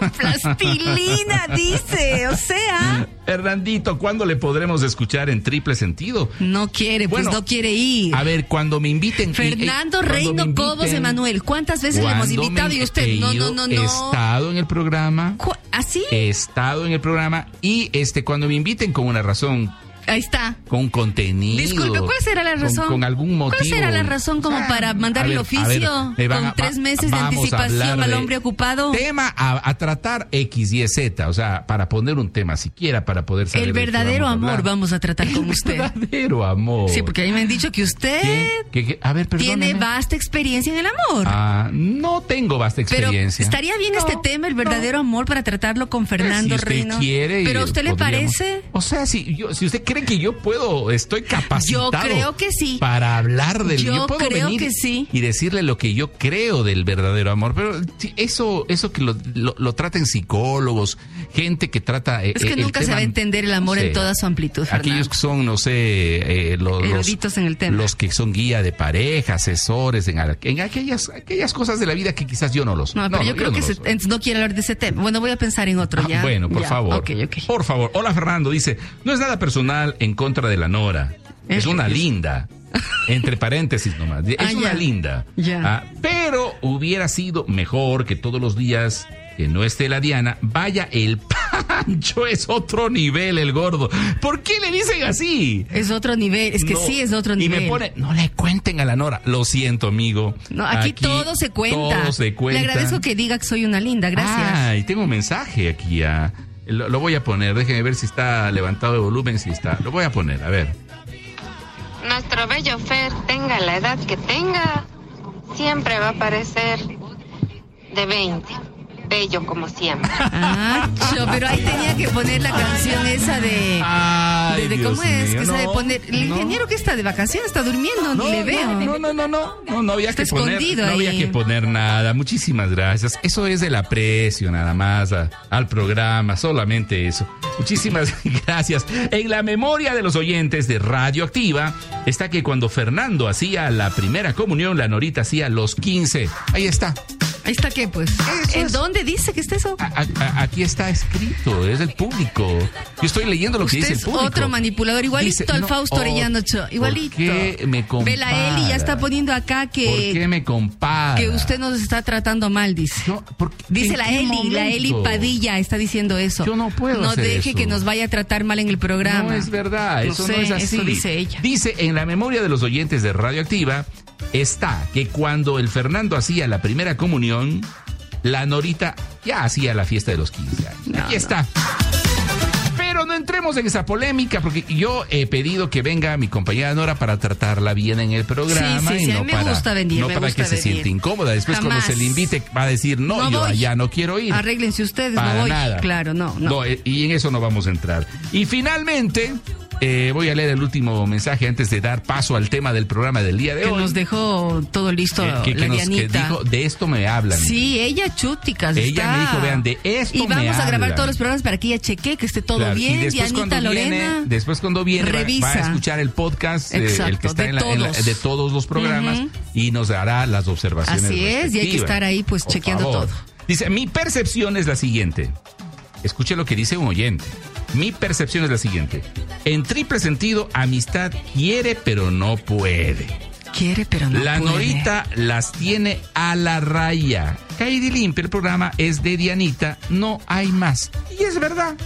D: Plastilina, dice. O sea,
C: Hernandito, ¿cuándo le podremos escuchar en triple sentido?
D: no quiere, pues
C: Bueno,
D: no quiere ir.
C: A ver, cuando me inviten.
D: Fernando
C: eh, cuando me
D: Reino
C: inviten,
D: Cobos Emanuel, ¿cuántas veces le hemos
C: cuando me
D: invitado y usted?
C: he
D: No, no,
C: ido,
D: no,
C: He
D: no.
C: estado en el programa.
D: Cu- ¿Ah, ¿Así?
C: He estado en el programa. Y este, cuando me inviten con una razón,
D: Ahí está.
C: con contenido.
D: Disculpe, ¿cuál será la
C: con-
D: razón?
C: Con, algún motivo.
D: ¿Cuál será la razón como
C: Ah,
D: para mandar
C: a ver,
D: el
C: a ver,
D: oficio
C: me van
D: con
C: a-
D: tres
C: va-
D: meses de
C: vamos a hablar
D: anticipación al
C: de
D: hombre ocupado?
C: Tema a, a tratar X, Y, Z. O sea, para poner un tema siquiera, para poder saber.
D: El
C: de qué
D: verdadero
C: vamos a
D: amor
C: hablar.
D: vamos a tratar con
C: El
D: usted.
C: verdadero amor.
D: Sí, porque a mí me han dicho que
C: ¿Qué?
D: usted
C: ¿Qué- qué? A ver,
D: tiene
C: perdóneme.
D: vasta experiencia en el amor.
C: Ah, no tengo vasta
D: Pero
C: experiencia.
D: estaría bien este tema, el verdadero amor, para tratarlo con
C: si
D: Fernando
C: usted
D: Reino.
C: quiere,
D: Pero a usted le
C: podríamos- Eh,
D: parece.
C: O sea, si, yo, si usted cree que yo puedo, estoy capacitado.
D: creo que sí.
C: Para hablar del.
D: Yo
C: puedo
D: creo
C: venir
D: que sí.
C: Y decirle lo que yo creo del verdadero amor. Pero sí, eso, eso que lo, lo, lo traten psicólogos, gente que trata. eh,
D: Es que
C: el
D: nunca se
C: tema-
D: va a entender el amor
C: no
D: en
C: sé,
D: toda su amplitud.
C: Aquellos que son, no sé, eh, lo- los,
D: Eruditos en el tema.
C: los que son guía de pareja, asesores, en, al- en aquellas, aquellas cosas de la vida que quizás yo no los
D: No, pero yo creo que
C: no
D: se-
C: los soy.
D: entonces no quiere hablar de ese tema. Bueno, voy a pensar en otro
C: Ah,
D: ya.
C: Bueno, por
D: Ya.
C: favor.
D: Ok, ok.
C: Por favor. Hola Fernando, dice, no es nada personal en contra de la Nora. Es
D: Eh,
C: una
D: es-
C: linda. Entre paréntesis nomás. Es
D: Ah,
C: una
D: ya.
C: linda.
D: Ya.
C: Ah, pero hubiera sido mejor que todos los días que no esté la Diana, vaya el Pancho, es otro nivel el gordo. ¿Por qué le dicen así?
D: Es otro nivel. Es que
C: No.
D: sí, es otro nivel.
C: Y me pone, no le cuenten a la Nora. Lo siento, amigo.
D: No, aquí, todo se cuenta.
C: Todo se cuenta.
D: Le agradezco que diga que soy una linda. Gracias.
C: Ah, y tengo un mensaje aquí. ah. Lo, lo voy a poner. Déjenme ver si está levantado de volumen. Si está. Lo voy a poner. A ver.
G: Nuestro bello Fer, tenga la edad que tenga, siempre va a parecer de 20. Bello como siempre.
D: Ah, cho, pero ahí tenía que poner la canción esa de.
C: Ay,
D: de- de- ¿Cómo
C: Dios
D: es?
C: mío,
D: que esa de
C: no,
D: poner. El
C: no.
D: ingeniero que está de vacaciones está durmiendo,
C: No,
D: ni le veo.
C: No, no, no, no, no, no había
D: Está
C: que poner,
D: escondido
C: no había
D: ahí.
C: que poner nada. Muchísimas gracias. Eso es el aprecio nada más a- al programa, solamente eso. Muchísimas gracias. En la memoria de los oyentes de Radioactiva está que cuando Fernando hacía la primera comunión, la Norita hacía los 15. Ahí está.
D: Ahí está qué, pues.
C: Eso
D: ¿En
C: es.
D: dónde dice que está eso?
C: A- a- a- aquí está escrito, es el público. Yo estoy leyendo lo que
D: Usted
C: dice el
D: es
C: público.
D: otro manipulador, igualito
C: Dice,
D: al
C: no,
D: Fausto
C: oh,
D: Orellano Cho, igualito.
C: ¿Por qué me compara?
D: Vela Eli ya está poniendo acá
C: ¿Por qué
D: que,
C: me compara?
D: que usted nos está tratando mal, dice.
C: Yo, ¿por qué?
D: Dice
C: ¿En
D: la
C: qué
D: Eli, la Eli
C: momento?
D: Padilla está diciendo eso.
C: Yo no puedo
D: No
C: hacer
D: deje
C: eso.
D: que nos vaya a tratar mal en el programa.
C: No es verdad,
D: No
C: eso
D: sé,
C: no es así.
D: eso dice ella.
C: Dice en la memoria de los oyentes de Radioactiva está que cuando el Fernando hacía la primera comunión, la Norita ya hacía la fiesta de los 15 años.
D: No,
C: Aquí
D: no.
C: está. Pero no entremos en esa polémica porque yo he pedido que venga mi compañera Nora para tratarla bien en el programa
D: Sí, sí,
C: y
D: sí, a
C: no
D: mí me
C: para,
D: gusta venir,
C: no
D: me
C: para
D: gusta
C: que se
D: venir.
C: siente incómoda. Después
D: Jamás.
C: cuando se le invite va a decir, no,
D: No
C: yo
D: voy.
C: allá no quiero ir.
D: Arréglense ustedes, no
C: Para
D: voy.
C: nada.
D: Claro, no, no.
C: No, eh, y en eso no vamos a entrar. Y finalmente, eh, voy a leer el último mensaje antes de dar paso al tema del programa del día de
D: que
C: hoy.
D: nos dejó todo listo
C: Que- que- que
D: la
C: nos- que
D: Dianita.
C: dijo, de esto me hablan.
D: Sí, ella chúticas.
C: Ella
D: está.
C: me dijo, vean, de esto
D: Y
C: me
D: vamos a grabar
C: hablan.
D: todos los programas para que ella cheque que esté todo
C: Claro,
D: bien.
C: y después
D: Dianita
C: cuando
D: Lorena.
C: viene, después cuando viene va-
D: revisa.
C: va, a escuchar el podcast, eh, el
D: Exacto,
C: que está
D: de
C: en la- en la-
D: todos.
C: de todos los programas
D: Ujú.
C: y nos dará las observaciones.
D: Así es, y hay que
C: respectivas.
D: estar ahí, pues,
C: Por
D: chequeando
C: favor.
D: todo.
C: Dice, mi percepción es la siguiente. Escuche lo que dice un oyente. Mi percepción es la siguiente. En triple sentido, amistad quiere pero no puede.
D: Quiere, pero no
C: La
D: puede.
C: Norita las tiene a la raya. Kairi Limpia, el programa es de Dianita, no hay más. Y es verdad.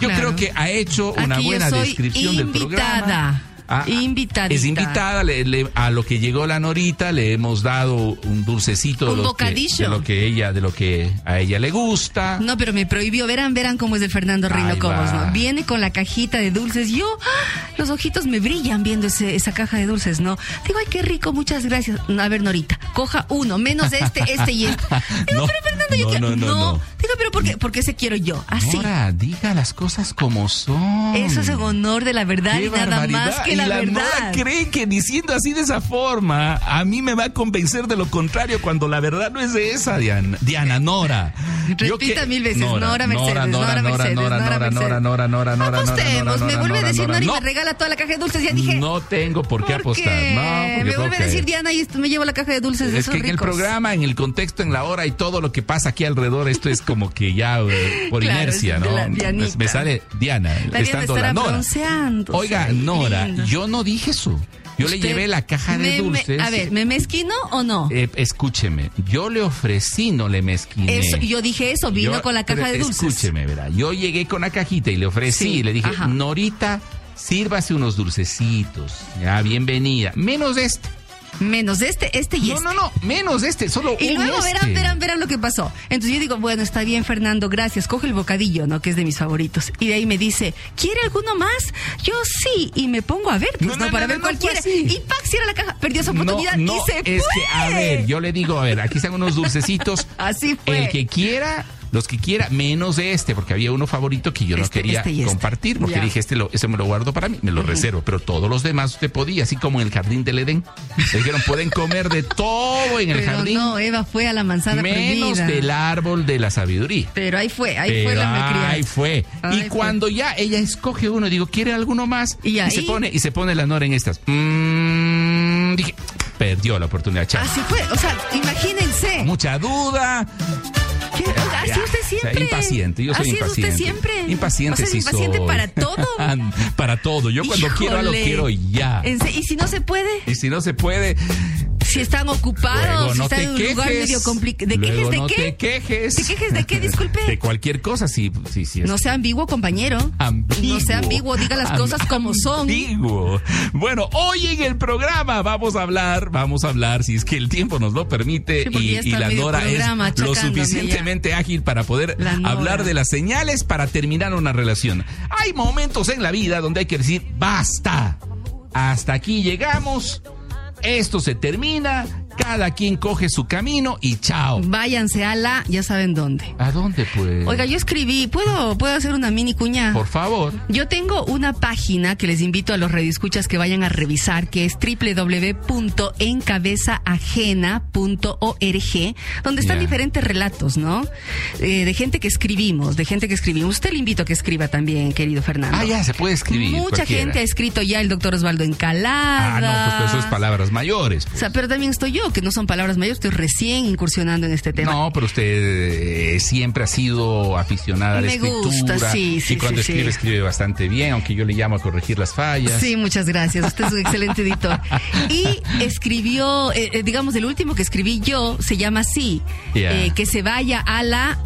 C: Yo
D: Claro.
C: creo que ha hecho una
D: Aquí yo
C: buena
D: soy
C: descripción del
D: invitada.
C: programa. Ah,
D: Invitadita.
C: Es invitada, le- le- a lo que llegó la Norita le hemos dado un dulcecito de
D: Un
C: lo que-
D: bocadillo.
C: de lo que ella, de lo que a ella le gusta.
D: No, pero me prohibió. Verán, verán cómo es el Fernando Reino
C: Ahí
D: Cobos,
C: va.
D: ¿no? Viene con la cajita de dulces. Yo, ¡ah! los ojitos me brillan viendo ese- esa caja de dulces, ¿no? Digo, ay, qué rico, muchas gracias. No, A ver, Norita, coja uno, menos este, este y este. Digo,
C: No,
D: pero Fernando, yo
C: no,
D: quiero.
C: no, no, no.
D: Digo, pero ¿por qué? ¿Por qué ese quiero yo? Así.
C: Nora, diga las cosas como son.
D: Eso es en honor de la verdad
C: ¡Qué
D: y nada
C: barbaridad!
D: más que
C: Y
D: la,
C: la
D: verdad.
C: Nora cree que diciendo así de esa forma, a mí me va a convencer de lo contrario cuando la verdad no es de esa, Diana. Diana, Nora. Yo
D: Repita
C: que-
D: mil veces, Nora Mercedes,
C: Nora, Nora, Nora,
D: Nora Mercedes,
C: Nora,
D: Nora
C: Nora,
D: Mercedes.
C: Nora, Nora, Nora, Nora, Nora,
D: Apostemos,
C: Nora,
D: pues, me vuelve a
C: Nora,
D: decir Nora y
C: No,
D: me regala toda la caja de dulces. Ya dije.
C: No tengo por qué
D: ¿Por
C: apostar. No, porque
D: me
C: puedo
D: vuelve a decir
C: caer.
D: Diana y esto- me llevo la caja de dulces. de
C: Es que
D: esos
C: en el
D: ricos.
C: programa, en el contexto, en la hora y todo lo que pasa aquí alrededor, esto es como que ya eh, por
D: Claro,
C: inercia,
D: es de
C: ¿no?
D: la Dianita.
C: me sale Diana,
D: Diana
C: estando la
D: estará
C: Nora.
D: bronceándose.
C: Oiga,
D: Ay,
C: Nora,
D: linda.
C: yo no dije eso. Yo le
D: Usted
C: llevé la caja de
D: me- me-
C: dulces.
D: a ver, ¿me mezquino o no?
C: Eh, escúcheme, yo le ofrecí, no le mezquiné.
D: Eso, yo dije eso, vino
C: Eh, Yo-
D: con la caja
C: pero
D: de dulces.
C: Escúcheme, verá. Yo llegué con la cajita y le ofrecí
D: Sí,
C: y le dije,
D: ajá.
C: Norita, sírvase unos dulcecitos. Ya, bienvenida. Menos este.
D: Menos este, este y
C: no,
D: este.
C: no, no, menos este, solo
D: Y
C: un
D: luego
C: este.
D: verán, verán, verán lo que pasó. Entonces yo digo, bueno, está bien, Fernando, gracias. Coge el bocadillo, ¿no? Que es de mis favoritos. Y de ahí me dice, ¿quiere alguno más? Yo sí. Y me pongo a ver, pues,
C: No,
D: no,
C: no,
D: para
C: no,
D: ver
C: no,
D: cuál
C: fue
D: quiere.
C: así.
D: Y Pax cierra la caja. Perdió su
C: No,
D: oportunidad
C: no,
D: y se
C: es
D: fue.
C: que, a ver, yo le digo, a ver, aquí están unos dulcecitos.
D: Así fue.
C: El que quiera, los que quiera, menos este, porque había uno favorito que yo no
D: Este,
C: quería
D: este y este.
C: compartir, porque
D: Ya.
C: dije, este, lo, este me lo guardo para mí, me lo reservo, pero todos los demás usted podía, así como en el jardín del Edén. Le dijeron, pueden comer de todo en el
D: Pero
C: jardín,
D: no, Eva fue a la manzana
C: menos
D: prohibida.
C: del árbol de la sabiduría.
D: Pero ahí fue, ahí fue
C: Pero
D: la malcriada.
C: ahí fue.
D: Ahí
C: y
D: fue.
C: cuando ya ella escoge uno, digo, ¿quiere alguno más?
D: Y ahí-
C: se pone, y se pone la Nora en estas. Mm, dije, perdió la oportunidad, chao.
D: Así fue, o sea, imagínense.
C: Mucha duda.
D: ¿Qué?
C: Ya,
D: Así usted
C: o sea,
D: siempre.
C: impaciente, yo soy
D: Así
C: impaciente.
D: es usted siempre.
C: Impaciente
D: o sea,
C: sí
D: impaciente
C: soy.
D: para todo.
C: para todo. Yo cuando quiero algo,
D: Híjole.
C: quiero ya.
D: En se- Y si no se puede,
C: Y si no se puede,
D: si están ocupados,
C: luego
D: si
C: no
D: están
C: te
D: en un
C: quejes.
D: lugar medio complicado. ¿De
C: Luego
D: quejes de
C: no
D: qué?
C: te quejes.
D: ¿Te quejes de qué? Disculpe.
C: De cualquier cosa, sí, sí, sí. es
D: No sea ambiguo, compañero.
C: Ambiguo.
D: No sea ambiguo, diga las
C: Am-
D: cosas como son.
C: ambiguo. Bueno, hoy en el programa vamos a hablar, vamos a hablar, si es que el tiempo nos lo permite
D: Sí, porque
C: y,
D: ya está
C: y la
D: medio
C: Nora es lo
D: programa achacándome
C: suficientemente ágil para poder
D: La Nora.
C: hablar de las señales para terminar una relación. Hay momentos en la vida donde hay que decir, basta, hasta aquí llegamos, esto se termina, cada quien coge su camino y chao.
D: Váyanse a la, ya saben dónde.
C: ¿A dónde pues?
D: Mm. Oiga, yo escribí, ¿puedo, puedo hacer una mini cuña?
C: Por favor.
D: Yo tengo una página que les invito a los redescuchas que vayan a revisar, que es www.encabezaajena.org, donde están
C: Ya.
D: diferentes relatos, ¿no? Eh, de gente que escribimos, de gente que escribimos. Usted le invito a que escriba también, querido Fernando.
C: Ah, ya, se puede escribir.
D: Mucha
C: cualquiera.
D: gente ha escrito ya el doctor Osvaldo Encalada.
C: Ah, no, pues pero eso es palabras mayores.
D: O
C: pues.
D: sea, pero también estoy yo, que no son palabras mayores, estoy recién incursionando en este tema.
C: No, pero usted eh, siempre ha sido aficionada a la
D: Me
C: escritura.
D: gusta, sí, sí,
C: Y cuando
D: sí,
C: escribe,
D: sí.
C: escribe bastante bien, aunque yo le llamo a corregir las fallas.
D: Sí, muchas gracias. Usted es un excelente editor. Y escribió, eh, eh, digamos, el último que escribí yo se llama así,
C: Ya.
D: eh, que se vaya a la...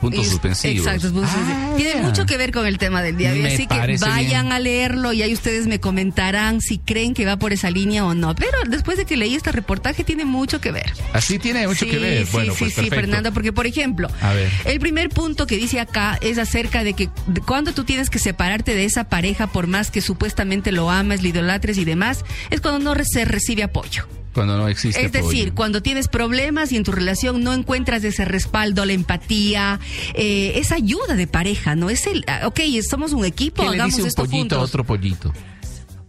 C: Puntos
D: es-
C: suspensivos.
D: Exacto, puntos suspensivos.
C: Ah,
D: Tiene
C: ya.
D: mucho que ver con el tema del día de hoy,
C: Me
D: así que
C: parece
D: vayan
C: bien.
D: a leerlo y ahí ustedes me comentarán si creen que va por esa línea o no. Pero después de que leí este reportaje tiene mucho que ver.
C: Así tiene mucho
D: Sí,
C: que ver.
D: sí,
C: bueno,
D: sí,
C: pues
D: sí,
C: perfecto.
D: Fernando, porque por ejemplo,
C: A ver.
D: el primer punto que dice acá es acerca de que de cuando tú tienes que separarte de esa pareja por más que supuestamente lo ames, lo idolatres y demás, es cuando no re- se recibe apoyo.
C: Cuando no existe
D: Es decir,
C: apoyo.
D: cuando tienes problemas y en tu relación no encuentras ese respaldo, la empatía, eh, esa ayuda de pareja, ¿no? Es el, ah, ok, somos un equipo,
C: ¿Qué le
D: hagamos
C: dice un
D: esto
C: pollito a
D: juntos.
C: otro pollito?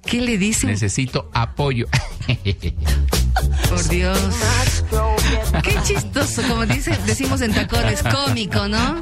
D: ¿Qué le dice? un-
C: Necesito apoyo.
D: Por Dios. Qué chistoso, como dice, decimos en tacones, cómico, ¿no?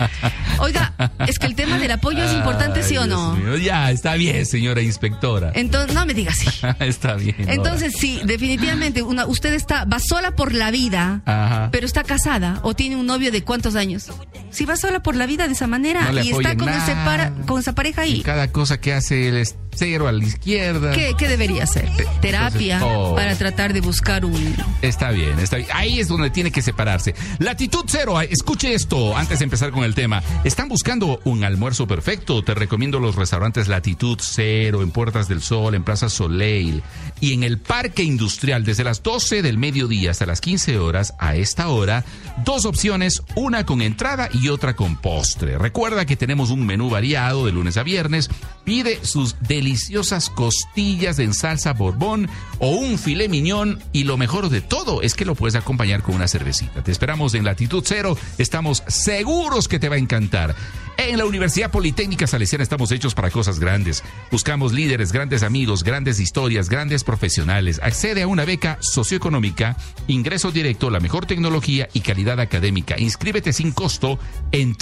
D: Oiga, es que el tema del apoyo es importante, ¿sí o
C: Ay, Dios
D: no?
C: mío, Ya, está bien, señora inspectora.
D: Entonces, no me digas sí.
C: está bien. Nora.
D: Entonces, sí, definitivamente, una, usted está, va sola por la vida,
C: Ajá.
D: pero está casada o tiene un novio de cuántos años. Si va sola por la vida de esa manera
C: No le
D: y está
C: apoyen
D: con, ese
C: nada.
D: para- con esa pareja
C: Y
D: ahí,
C: cada cosa que hace él es cero a la izquierda.
D: ¿qué, qué debería hacer? Terapia
C: oh.
D: para tratar de buscar un...
C: Está bien, está bien. Ahí es donde tiene que separarse. Latitud cero, ah, escuche esto antes de empezar con el tema. ¿Están buscando un almuerzo perfecto? Te recomiendo los restaurantes Latitud cero, en Puertas del Sol, en Plaza Soleil y en el Parque Industrial desde las 12 del mediodía hasta las 15 horas. A esta hora, dos opciones, una con entrada y otra con postre. Recuerda que tenemos un menú variado de lunes a viernes. Pide sus deliciosas costillas en salsa borbón o un filé miñón y lo mejor de todo es que lo puedes acompañar con una cervecita. Te esperamos en Latitud Cero. Estamos seguros que te va a encantar. popular. En la Universidad Politécnica Salesiana estamos hechos para cosas grandes. Buscamos líderes, grandes amigos, grandes historias, grandes profesionales. Accede a una beca socioeconómica, ingreso directo, la mejor tecnología y calidad académica. Inscríbete sin costo en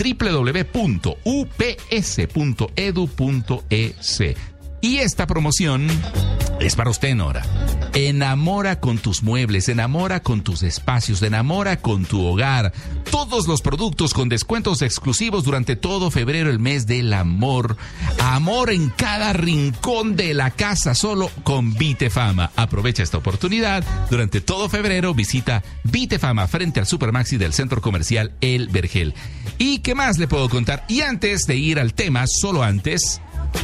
C: E www.ups.edu.es. E Y esta promoción es para usted, Nora. Enamora con tus muebles, enamora con tus espacios, enamora con tu hogar. Todos los productos con descuentos exclusivos durante todo febrero, el mes del amor. Amor en cada rincón de la casa, solo con Vitefama. Aprovecha esta oportunidad. Durante todo febrero visita Vitefama frente al Supermaxi del Centro Comercial El Vergel. ¿Y qué más le puedo contar? Y antes de ir al tema, solo antes,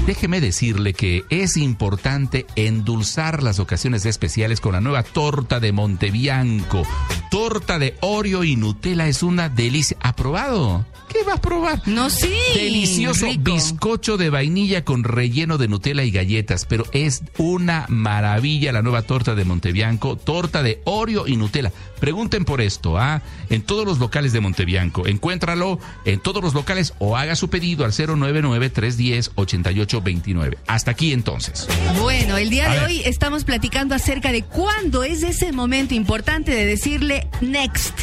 C: Déjeme decirle que es importante endulzar las ocasiones especiales con la nueva torta de Montebianco. Torta de Oreo y Nutella es una delicia. ¿Aprobado? ¿Qué va a probar?
D: No, sí.
C: Delicioso
D: rico.
C: bizcocho de vainilla con relleno de Nutella y galletas, pero es una maravilla la nueva torta de Montebianco, torta de Oreo y Nutella. Pregunten por esto, ¿ah? En todos los locales de Montebianco. Encuéntralo en todos los locales o haga su pedido al 099-310-8829. Hasta aquí entonces.
D: Bueno, el día
C: A
D: de
C: ver.
D: hoy estamos platicando acerca de cuándo es ese momento importante de decirle next.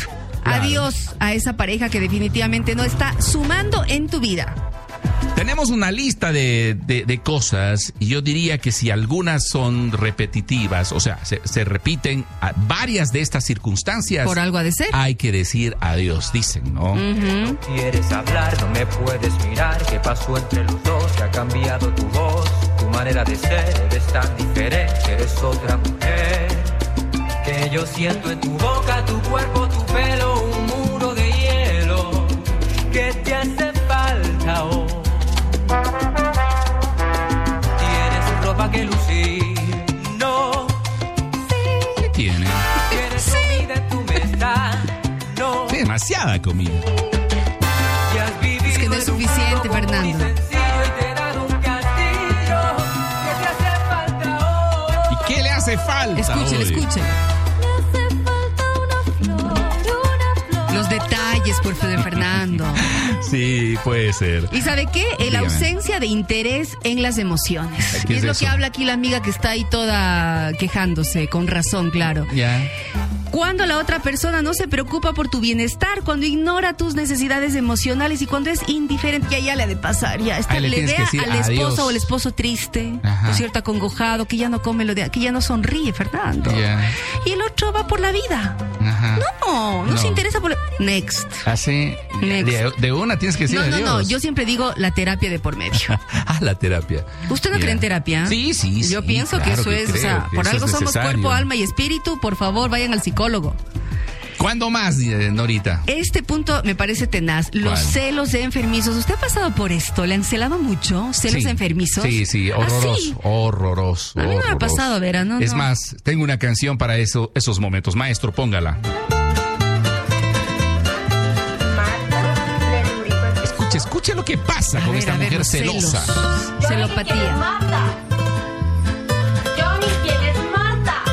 C: Claro.
D: Adiós a esa pareja que definitivamente no está sumando en tu vida.
C: Tenemos una lista de, de- de cosas y yo diría que si algunas son repetitivas, o sea, se, se repiten ah, varias de estas circunstancias.
D: Por algo ha de ser.
C: hay que decir adiós, dicen, ¿no?
D: Ujú.
H: Quieres hablar, no me puedes mirar. ¿Qué pasó entre los dos? ¿Qué ha cambiado tu voz? Tu manera de ser, eres tan diferente, eres otra mujer. Que yo siento en tu boca, tu cuerpo, tu pelo, un muro de hielo. que te hace falta hoy? Tienes ropa que lucir, no.
C: ¿Qué tiene?
H: Tienes comida en tu mesa, no.
C: Demasiada comida.
H: Es que no es suficiente, Fernando.
C: ¿Y qué le hace falta?
D: Escuchen,
C: hoy?
D: escuchen. Los detalles, por favor, Fernando.
C: Sí, puede ser.
D: ¿Y sabe qué? La
C: Dígame.
D: ausencia de interés en las emociones.
C: ¿Qué
D: Y
C: es
D: es lo
C: eso?
D: que habla aquí la amiga que está ahí toda quejándose, con razón, claro.
C: Ya.
D: Cuando la otra persona no se preocupa por tu bienestar, cuando ignora tus necesidades emocionales y cuando es indiferente, ya, ya le ha de pasar, ya. Esta
C: Ahí le
D: le,
C: tienes
D: vea
C: que decir
D: al esposo
C: adiós.
D: o el esposo triste,
C: Ajá.
D: ¿no es cierto? Acongojado, que ya no come lo de, que ya no sonríe, Fernando.
C: Ya.
D: Y el otro va por la vida.
C: Ajá.
D: No, no,
C: No.
D: se interesa por... la- Next.
C: Hace.
D: Next.
C: De, de una tienes que decir
D: No, no,
C: adiós.
D: no, yo siempre digo la terapia de por medio.
C: Ah, la terapia.
D: ¿Usted no
C: Ya.
D: cree en terapia?
C: Sí, sí,
D: Yo
C: sí,
D: pienso que
C: claro
D: eso es, o
C: creo
D: sea,
C: que
D: por
C: eso
D: algo
C: es
D: somos
C: necesario.
D: cuerpo, alma y espíritu, por favor, vayan al psicólogo.
C: ¿Cuándo más, eh, Norita?
D: Este punto me parece tenaz. Los
C: ¿Cuál?
D: celos de enfermizos. ¿Usted ha pasado por esto? ¿Le han celado mucho? ¿Celos
C: Sí.
D: de enfermizos?
C: Sí, sí,
D: ¿Ah,
C: horroroso,
D: sí?
C: horroroso.
D: A mí no me ha
C: horroroso.
D: pasado, Vera, no,
C: Es
D: no.
C: más, tengo una canción para eso, esos momentos. Maestro, póngala. Escuche, escuche lo que pasa
D: A
C: con
D: ver,
C: esta
D: a ver,
C: mujer
D: los
C: celosa.
D: celos. Celopatía.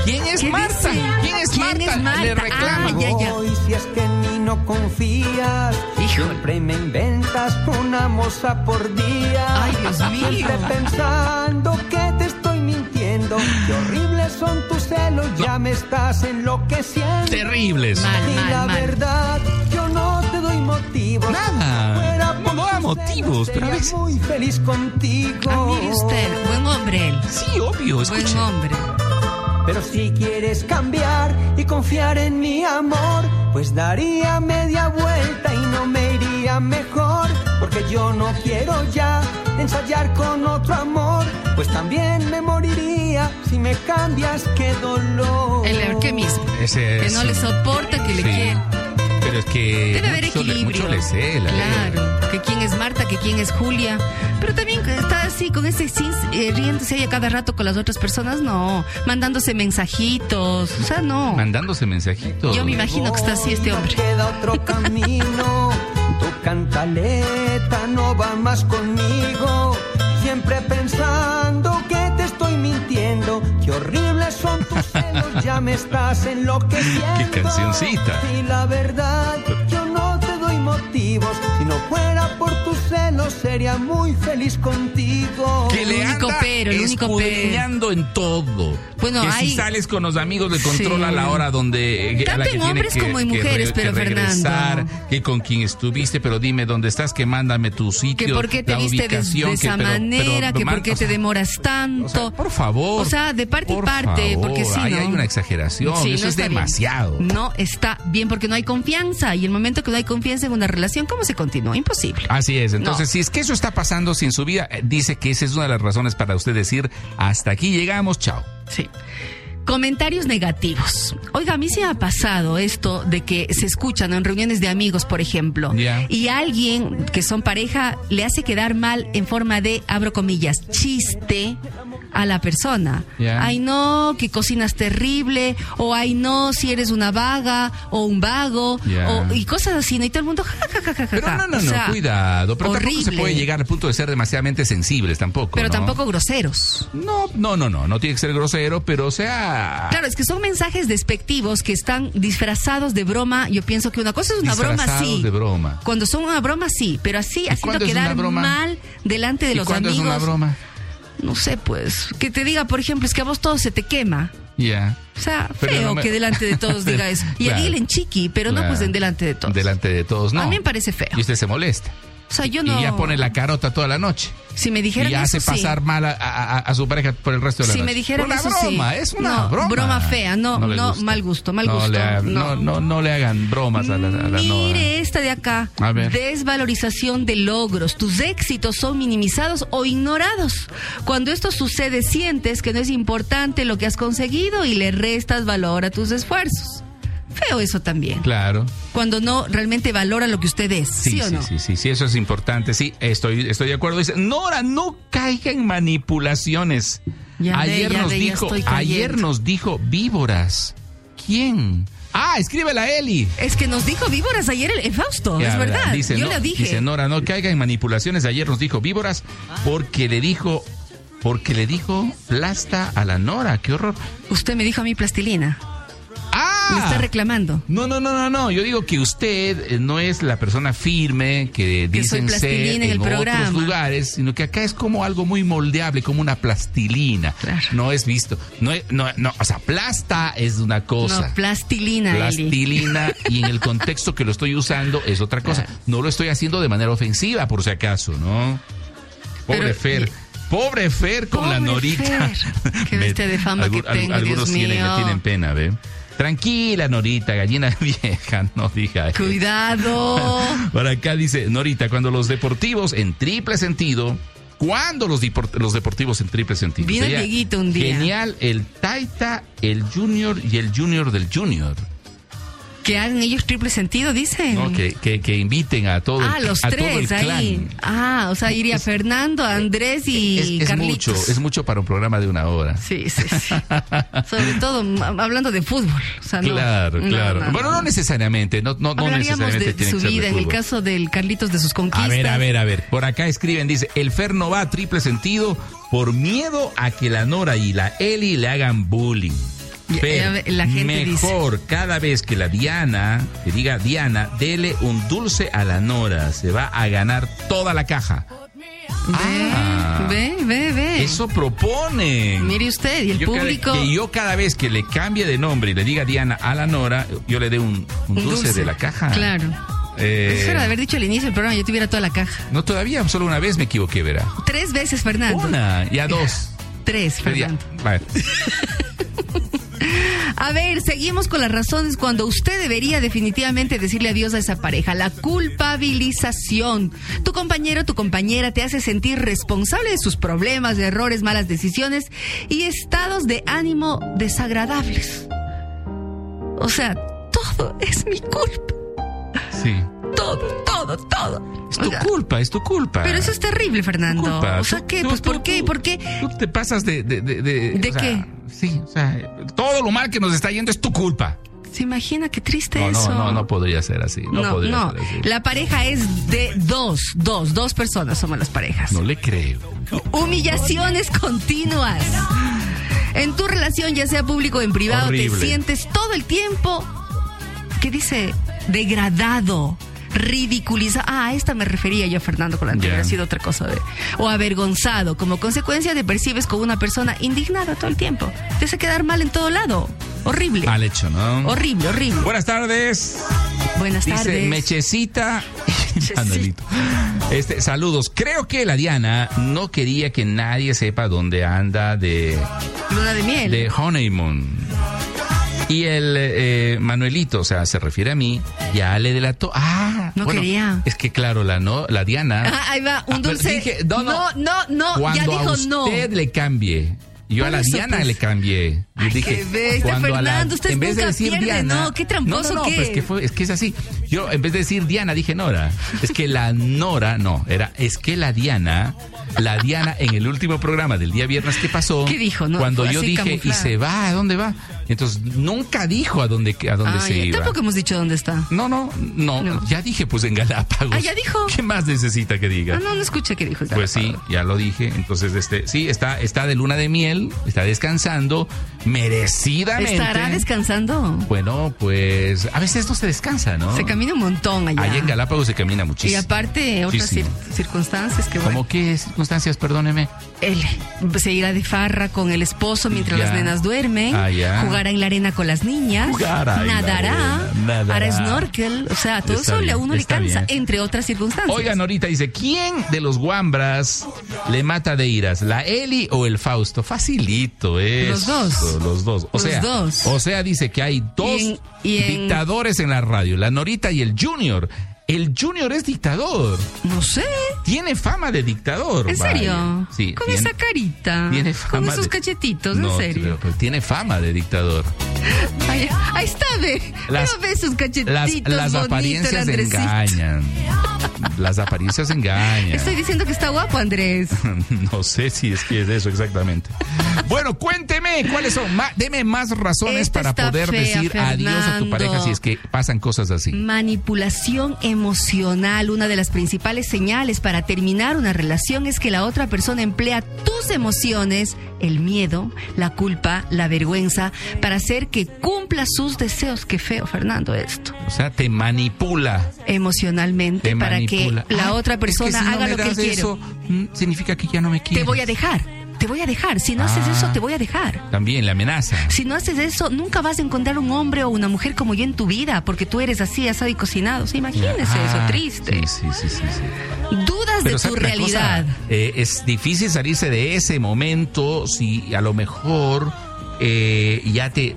C: ¿Quién es
D: ¿Qué
C: Marta?
D: dice?
C: ¿Quién es
D: ¿Quién
C: Marta?
D: es Marta?
C: Le reclama.
D: Ah, ya, ya.
F: Hoy si es que en mí no confías, siempre me inventas una moza por día.
D: Ay, Dios mío.
F: Siempre pensando que te estoy mintiendo, qué horribles son tus celos, ya me estás
D: Ah.
F: enloqueciendo.
C: Terribles.
D: Mal,
F: Y la
D: mal, mal.
F: verdad, yo no te doy motivos.
C: Nada.
F: Fuera
C: No
F: por
C: da
F: tus
C: Ah. motivos,
F: celos,
C: pero a
F: sería
C: veces-
F: muy feliz contigo.
D: Ah, mire usted, buen hombre él.
C: Sí, obvio, escuche.
D: Buen hombre.
F: Pero si quieres cambiar y confiar en mi amor, pues daría media vuelta y no me iría mejor. Porque yo no quiero ya ensayar con otro amor, pues también me moriría si me cambias, qué dolor.
D: El que mismo.
C: Ese
D: Que
C: es-
D: no le soporta, que
C: Sí.
D: le quiere.
C: Pero es que
D: Debe haber
C: Eh, mucho le-
D: equilibrio.
C: mucho le cela, eh.
D: claro. Que quién es Marta, que quién es Julia. Pero también está así, con ese cis, eh, riéndose ahí a cada rato con las otras personas, no. Mandándose mensajitos. O sea, no.
C: Mandándose mensajitos.
D: Yo me imagino que está así este hombre.
F: No queda otro camino. tu cantaleta no va más conmigo. Siempre pensando que te estoy mintiendo. Qué horribles son tus celos. Ya me estás enloqueciendo.
C: Qué cancioncita.
F: Y la verdad, yo no te doy motivos. Si no fuera por tus yo sería muy feliz contigo.
C: Que le
D: Oh, El único
C: anda
D: pero, el único pero.
C: escudriñando en todo.
D: Bueno,
C: que
D: hay-
C: si sales con los amigos le controla
D: Sí.
C: la hora donde eh, a
D: Tanto
C: la que
D: en
C: tiene
D: hombres
C: que-
D: como en
C: que
D: mujeres, pero,
C: que regresar,
D: Fernando.
C: que con quién estuviste, pero dime dónde estás, que mándame tu sitio,
D: Que por qué te
C: la
D: viste de,
C: ubicación,
D: de
C: que-
D: esa
C: pero- pero
D: manera, que
C: man-
D: por qué
C: o
D: te
C: sea,
D: demoras
C: o sea,
D: tanto.
C: por favor.
D: O sea, de parte y
C: por
D: parte,
C: favor,
D: porque sí,
C: ahí
D: ¿no?
C: hay una exageración,
D: Sí,
C: eso
D: no
C: es
D: está bien.
C: demasiado.
D: No está bien porque no hay confianza. Y el momento que no hay confianza en una relación, ¿cómo se continúa? Imposible.
C: Así es, entonces
D: No.
C: si es que eso está pasando sin su vida, eh, dice que esa es una de las razones para usted decir, hasta aquí llegamos, chao.
D: Sí. Comentarios negativos. Oiga, a mí se me ha pasado esto de que se escuchan en reuniones de amigos, por ejemplo,
C: Ya.
D: y alguien que son pareja le hace quedar mal en forma de, abro comillas, chiste a la persona.
C: Ya.
D: Ay, no, que cocinas terrible, o ay, no, si eres una vaga o un vago,
C: Ya.
D: o- y cosas así, ¿no? Y todo el mundo, ja, ja, ja, ja, ja,
C: Pero
D: ja.
C: no, no, no,
D: Ah, O sea,
C: cuidado. Pero tampoco se
D: horrible.
C: puede llegar al punto de ser demasiadamente sensibles tampoco.
D: Pero
C: ¿no?
D: tampoco groseros.
C: No, no, no, no, no tiene que ser grosero, pero o sea.
D: Claro, es que son mensajes despectivos que están disfrazados de broma. Yo pienso que una cosa es una broma
C: Disfrazados
D: sí.
C: de broma.
D: Cuando son una broma sí, pero así haciendo
C: cuándo es
D: quedar
C: una broma?
D: mal delante de
C: ¿Y
D: los
C: cuándo
D: amigos.
C: es una broma?
D: No sé, pues, que te diga, por ejemplo, es que a vos todo se te quema.
C: Ya.
D: O sea,
C: Pero
D: feo
C: no me-
D: que delante de todos diga eso. Y
C: Claro.
D: a en chiqui, pero no
C: Claro.
D: pues en delante de todos.
C: Delante de todos, no.
D: A mí me parece feo.
C: Y usted se molesta.
D: O sea, yo no
C: Y ya pone la carota toda la noche.
D: Si me dijeran
C: Y hace
D: eso, sí.
C: pasar mal a, a- a- a su pareja por el resto de la
D: Si
C: noche.
D: me dijeran
C: una
D: eso,
C: broma,
D: sí.
C: es una
D: No,
C: broma.
D: broma fea, no,
C: le
D: no,
C: gusta.
D: mal gusto, mal
C: no
D: gusto,
C: le hagan- no.
D: no.
C: no- no le hagan bromas a la, a la no- eh.
D: Mire esta de acá.
C: A ver.
D: Desvalorización de logros. Tus éxitos son minimizados o ignorados. Cuando esto sucede, sientes que no es importante lo que has conseguido y le restas valor a tus esfuerzos. Feo eso también.
C: Claro.
D: Cuando no realmente valora lo que usted es, ¿sí, o
C: sí,
D: no?
C: sí, sí, sí, eso es importante. Sí, estoy, estoy de acuerdo. Dice, Nora, no caiga en manipulaciones.
D: Ya
C: ayer
D: ve, ya
C: nos
D: ve, ya
C: dijo,
D: estoy cayendo.
C: ayer nos dijo víboras. ¿Quién? Ah, escríbela Eli.
D: Es que nos dijo víboras ayer el, el Fausto,
C: Ya,
D: es verdad.
C: Dice,
D: Yo
C: no-
D: le dije.
C: Dice Nora, no caiga en manipulaciones. Ayer nos dijo víboras porque le dijo, porque le dijo plasta a la Nora. Qué horror.
D: Usted me dijo a mí plastilina.
C: Ah.
D: Me está reclamando.
C: No, no, no, no, no. Yo digo que usted eh, no es la persona firme que
D: Que
C: dicen
D: soy
C: ser
D: plastilina
C: en,
D: en el programa.
C: otros lugares, sino que acá es como algo muy moldeable, como una plastilina.
D: Claro.
C: No es visto. No, es- no, no, o sea, plasta es una cosa.
D: no, plastilina, Eli.
C: Plastilina y en el contexto que lo estoy usando es otra cosa. No lo estoy haciendo de manera ofensiva, por si acaso, ¿no? Pobre
D: Pero-
C: Fer. Pobre Fer con la
D: Pobre
C: norita.
D: Fer. Qué
C: Me-
D: bestia de fama que
C: al-
D: tengo,
C: Algunos
D: Dios
C: tienen, me
D: mío.
C: tienen pena, ¿ve? Tranquila, Norita, gallina vieja, no diga. eso.
D: Cuidado.
C: Por acá dice Norita, cuando los deportivos en triple sentido, cuando los, dipor- los deportivos en triple sentido.
D: Vino
C: Sería
D: Dieguito un día.
C: Genial, el Taita, el Junior y el Junior del Junior.
D: Que hagan ellos triple sentido, dicen.
C: ¿no? Que, que- que inviten a todo,
D: Em. Ah,
C: el-
D: los
C: a todo el
D: tres
C: clan.
D: ahí. Ah, o sea, iría Fernando, Andrés y
C: Es, es mucho,
D: Carlitos.
C: es mucho para un programa de una hora.
D: Sí, sí, sí. Sobre todo mm, hablando de fútbol. o sea, no-
C: Claro,
D: no,
C: claro.
D: no, no.
C: bueno, no necesariamente, no, no, no
D: Hablaríamos
C: necesariamente
D: de,
C: tiene
D: su
C: que ser de
D: vida, en el
C: fútbol.
D: caso del Carlitos de sus conquistas.
C: A ver, a ver, a ver. Por acá escriben, dice, el Fer no va a triple sentido por miedo a que la Nora y la Eli le hagan bullying.
D: Ya,
C: Fer,
D: ya ve, eh, la gente dice.
C: mejor cada vez que la Diana, que diga Diana, dele un dulce a la Nora, se va a ganar toda la caja.
D: Ve,
C: Ah.
D: ve, ve, ve.
C: Eso proponen.
D: Eh. Mire usted, y el
C: Yo cada-
D: público.
C: que yo cada vez que le cambie de nombre y le diga Diana a la Nora, yo le dé un, un
D: Un
C: dulce, de la caja.
D: Claro.
C: Eh,
D: Eso era de haber dicho al inicio del programa, yo tuviera toda la caja.
C: No, todavía, solo una vez me equivoqué, verá.
D: Tres veces, Fernando.
C: Una, ya dos.
D: Tres,
C: Ya,
D: Fernando.
C: vale.
D: A ver, seguimos con las razones cuando usted debería definitivamente decirle adiós a esa pareja. La culpabilización. Tu compañero, tu compañera te hace sentir responsable de sus problemas, de errores, malas decisiones y estados de ánimo desagradables. O sea, todo es mi culpa.
C: Sí.
D: Todo, todo, todo.
C: Es
D: O
C: tu
D: sea,
C: culpa, es tu culpa.
D: Pero eso es terrible, Fernando.
C: Culpa.
D: O sea,
C: Tú-
D: ¿qué?
C: tú-
D: Pues,
C: tú-
D: ¿por qué?
C: tú-
D: ¿Por qué?
C: Tú te pasas de. ¿De, de, de,
D: ¿De
C: o sea,
D: qué?
C: Sí, o sea, todo lo mal que nos está yendo es tu culpa.
D: ¿Se imagina qué triste
C: No,
D: eso?
C: no, no, no podría ser así. No,
D: No,
C: podría
D: no.
C: ser así.
D: La pareja es de dos, dos, dos personas somos las parejas.
C: No le creo.
D: Humillaciones continuas. En tu relación, ya sea público o en privado,
C: Horrible.
D: te sientes todo el tiempo, ¿qué dice? Degradado. ridiculizado. Ah, a esta me refería yo, Fernando, con la anterior.
C: Ya.
D: Ha sido otra cosa. de- o avergonzado. Como consecuencia te percibes como una persona indignada todo el tiempo. Te hace quedar mal en todo lado. Horrible.
C: Mal hecho, ¿no?
D: Horrible, horrible.
C: Buenas tardes.
D: Buenas
C: Dice
D: tardes.
C: Mechecita. Manolito. Este, saludos. Creo que la Diana no quería que nadie sepa dónde anda de,
D: Luna de miel.
C: de honeymoon. Y el eh, Manuelito, o sea, se refiere a mí, ya le delató. Ah,
D: No quería.
C: Es que claro, la no, la Diana.
D: Ah, ahí va, un
C: Ah, pero
D: dulce.
C: dije, no, no.
D: no, no, no, ya
C: cuando
D: dijo
C: a
D: no.
C: usted le cambie. Yo a
D: Por
C: la
D: eso,
C: Diana
D: pues.
C: le cambié. Yo
D: Ay, qué bestia,
C: a
D: Fernando, ustedes
C: en vez de
D: nunca
C: decir
D: pierden,
C: Diana,
D: no, qué tramposo
C: No, no, no,
D: que
C: pues
D: es.
C: que fue, es que es así. Yo en vez de decir Diana dije Nora. Es que la Nora no, era es que la Diana, la Diana en el último programa del día viernes que pasó,
D: ¿Qué dijo? No,
C: cuando
D: fue
C: yo
D: así
C: dije
D: camuflada.
C: y se va, ¿a dónde va? Entonces nunca dijo a dónde a dónde
D: Ay,
C: se iba.
D: Ah, Tampoco hemos dicho dónde está.
C: No, no, no,
D: No.
C: ya dije pues en Galápagos.
D: Ah, ya dijo.
C: ¿Qué más necesita que diga?
D: Ah, no, no escuché qué dijo.
C: Pues sí, ya lo dije. Entonces, este, sí, está, está de luna de miel, está descansando, merecidamente.
D: ¿Estará descansando?
C: Bueno, pues a veces no se descansa, ¿no?
D: Se camina un montón allá.
C: Allá en Galápagos se camina
D: Y
C: muchísimo.
D: aparte, otras
C: Muchísimo.
D: cir- circunstancias que bueno.
C: ¿Cómo qué circunstancias? Perdóneme.
D: Él se irá de farra con el esposo mientras
C: Ya.
D: las nenas duermen.
C: Ah, ya.
D: Jugará en la arena con las niñas.
C: Jugará en la
D: nadará.
C: arena, nadará.
D: Hará snorkel. O sea, todo
C: Está
D: eso le a
C: bien,
D: uno le
C: está
D: cansa,
C: bien.
D: entre otras circunstancias.
C: Oigan, ahorita dice, ¿quién de los guambras le mata de iras? ¿La Eli o el Fausto? Facilito es.
D: Los dos.
C: Los dos. O
D: Los
C: sea,
D: dos.
C: O sea, dice que hay dos
D: Y en- y en-
C: dictadores en la radio, la Norita y el Junior. El Junior es dictador.
D: No sé.
C: Tiene fama de dictador.
D: ¿En
C: vaya.
D: serio?
C: Sí.
D: Con
C: tiene-
D: esa carita.
C: tiene fama
D: con esos
C: de-
D: cachetitos, en
C: No,
D: serio.
C: pero- pero tiene fama de dictador.
D: Ahí, ahí está, ve.
C: Las-
D: Pero ve sus cachetitos.
C: Las, las
D: bonito, el
C: apariencias
D: Andresito.
C: engañan. Las apariencias engañan.
D: Estoy diciendo que está guapo, Andrés.
C: No sé si es que es eso exactamente. Bueno, cuénteme cuáles son. Ma- deme más razones
D: Esta
C: para
D: está
C: poder
D: fea,
C: decir adiós a tu
D: Fernando. Mm.
C: pareja si es que pasan cosas así.
D: Manipulación emocional. Una de las principales señales para terminar una relación es que la otra persona emplea tus emociones, el miedo, la culpa, la vergüenza, para hacer que cumpla sus deseos. Qué feo, Fernando, esto.
C: O sea, te manipula.
D: Emocionalmente,
C: Te
D: para
C: manipula.
D: que la
C: Ah,
D: otra
C: es que
D: persona
C: si no
D: haga
C: me
D: lo que él
C: das
D: quiere.
C: eso, mm, significa que ya no me quieres.
D: Te voy a dejar. Te voy a dejar. Si no haces
C: Ah.
D: eso, te voy a dejar.
C: También la amenaza.
D: Si no haces eso, nunca vas a encontrar un hombre o una mujer como yo en tu vida, porque tú eres así, asado y cocinado. Sí, imagínese
C: Ah,
D: eso, triste.
C: Sí, sí, sí, sí, sí.
D: Dudas de
C: ¿sabe
D: tu
C: una cosa?
D: realidad.
C: Eh, es difícil salirse de ese momento si a lo mejor eh, ya te,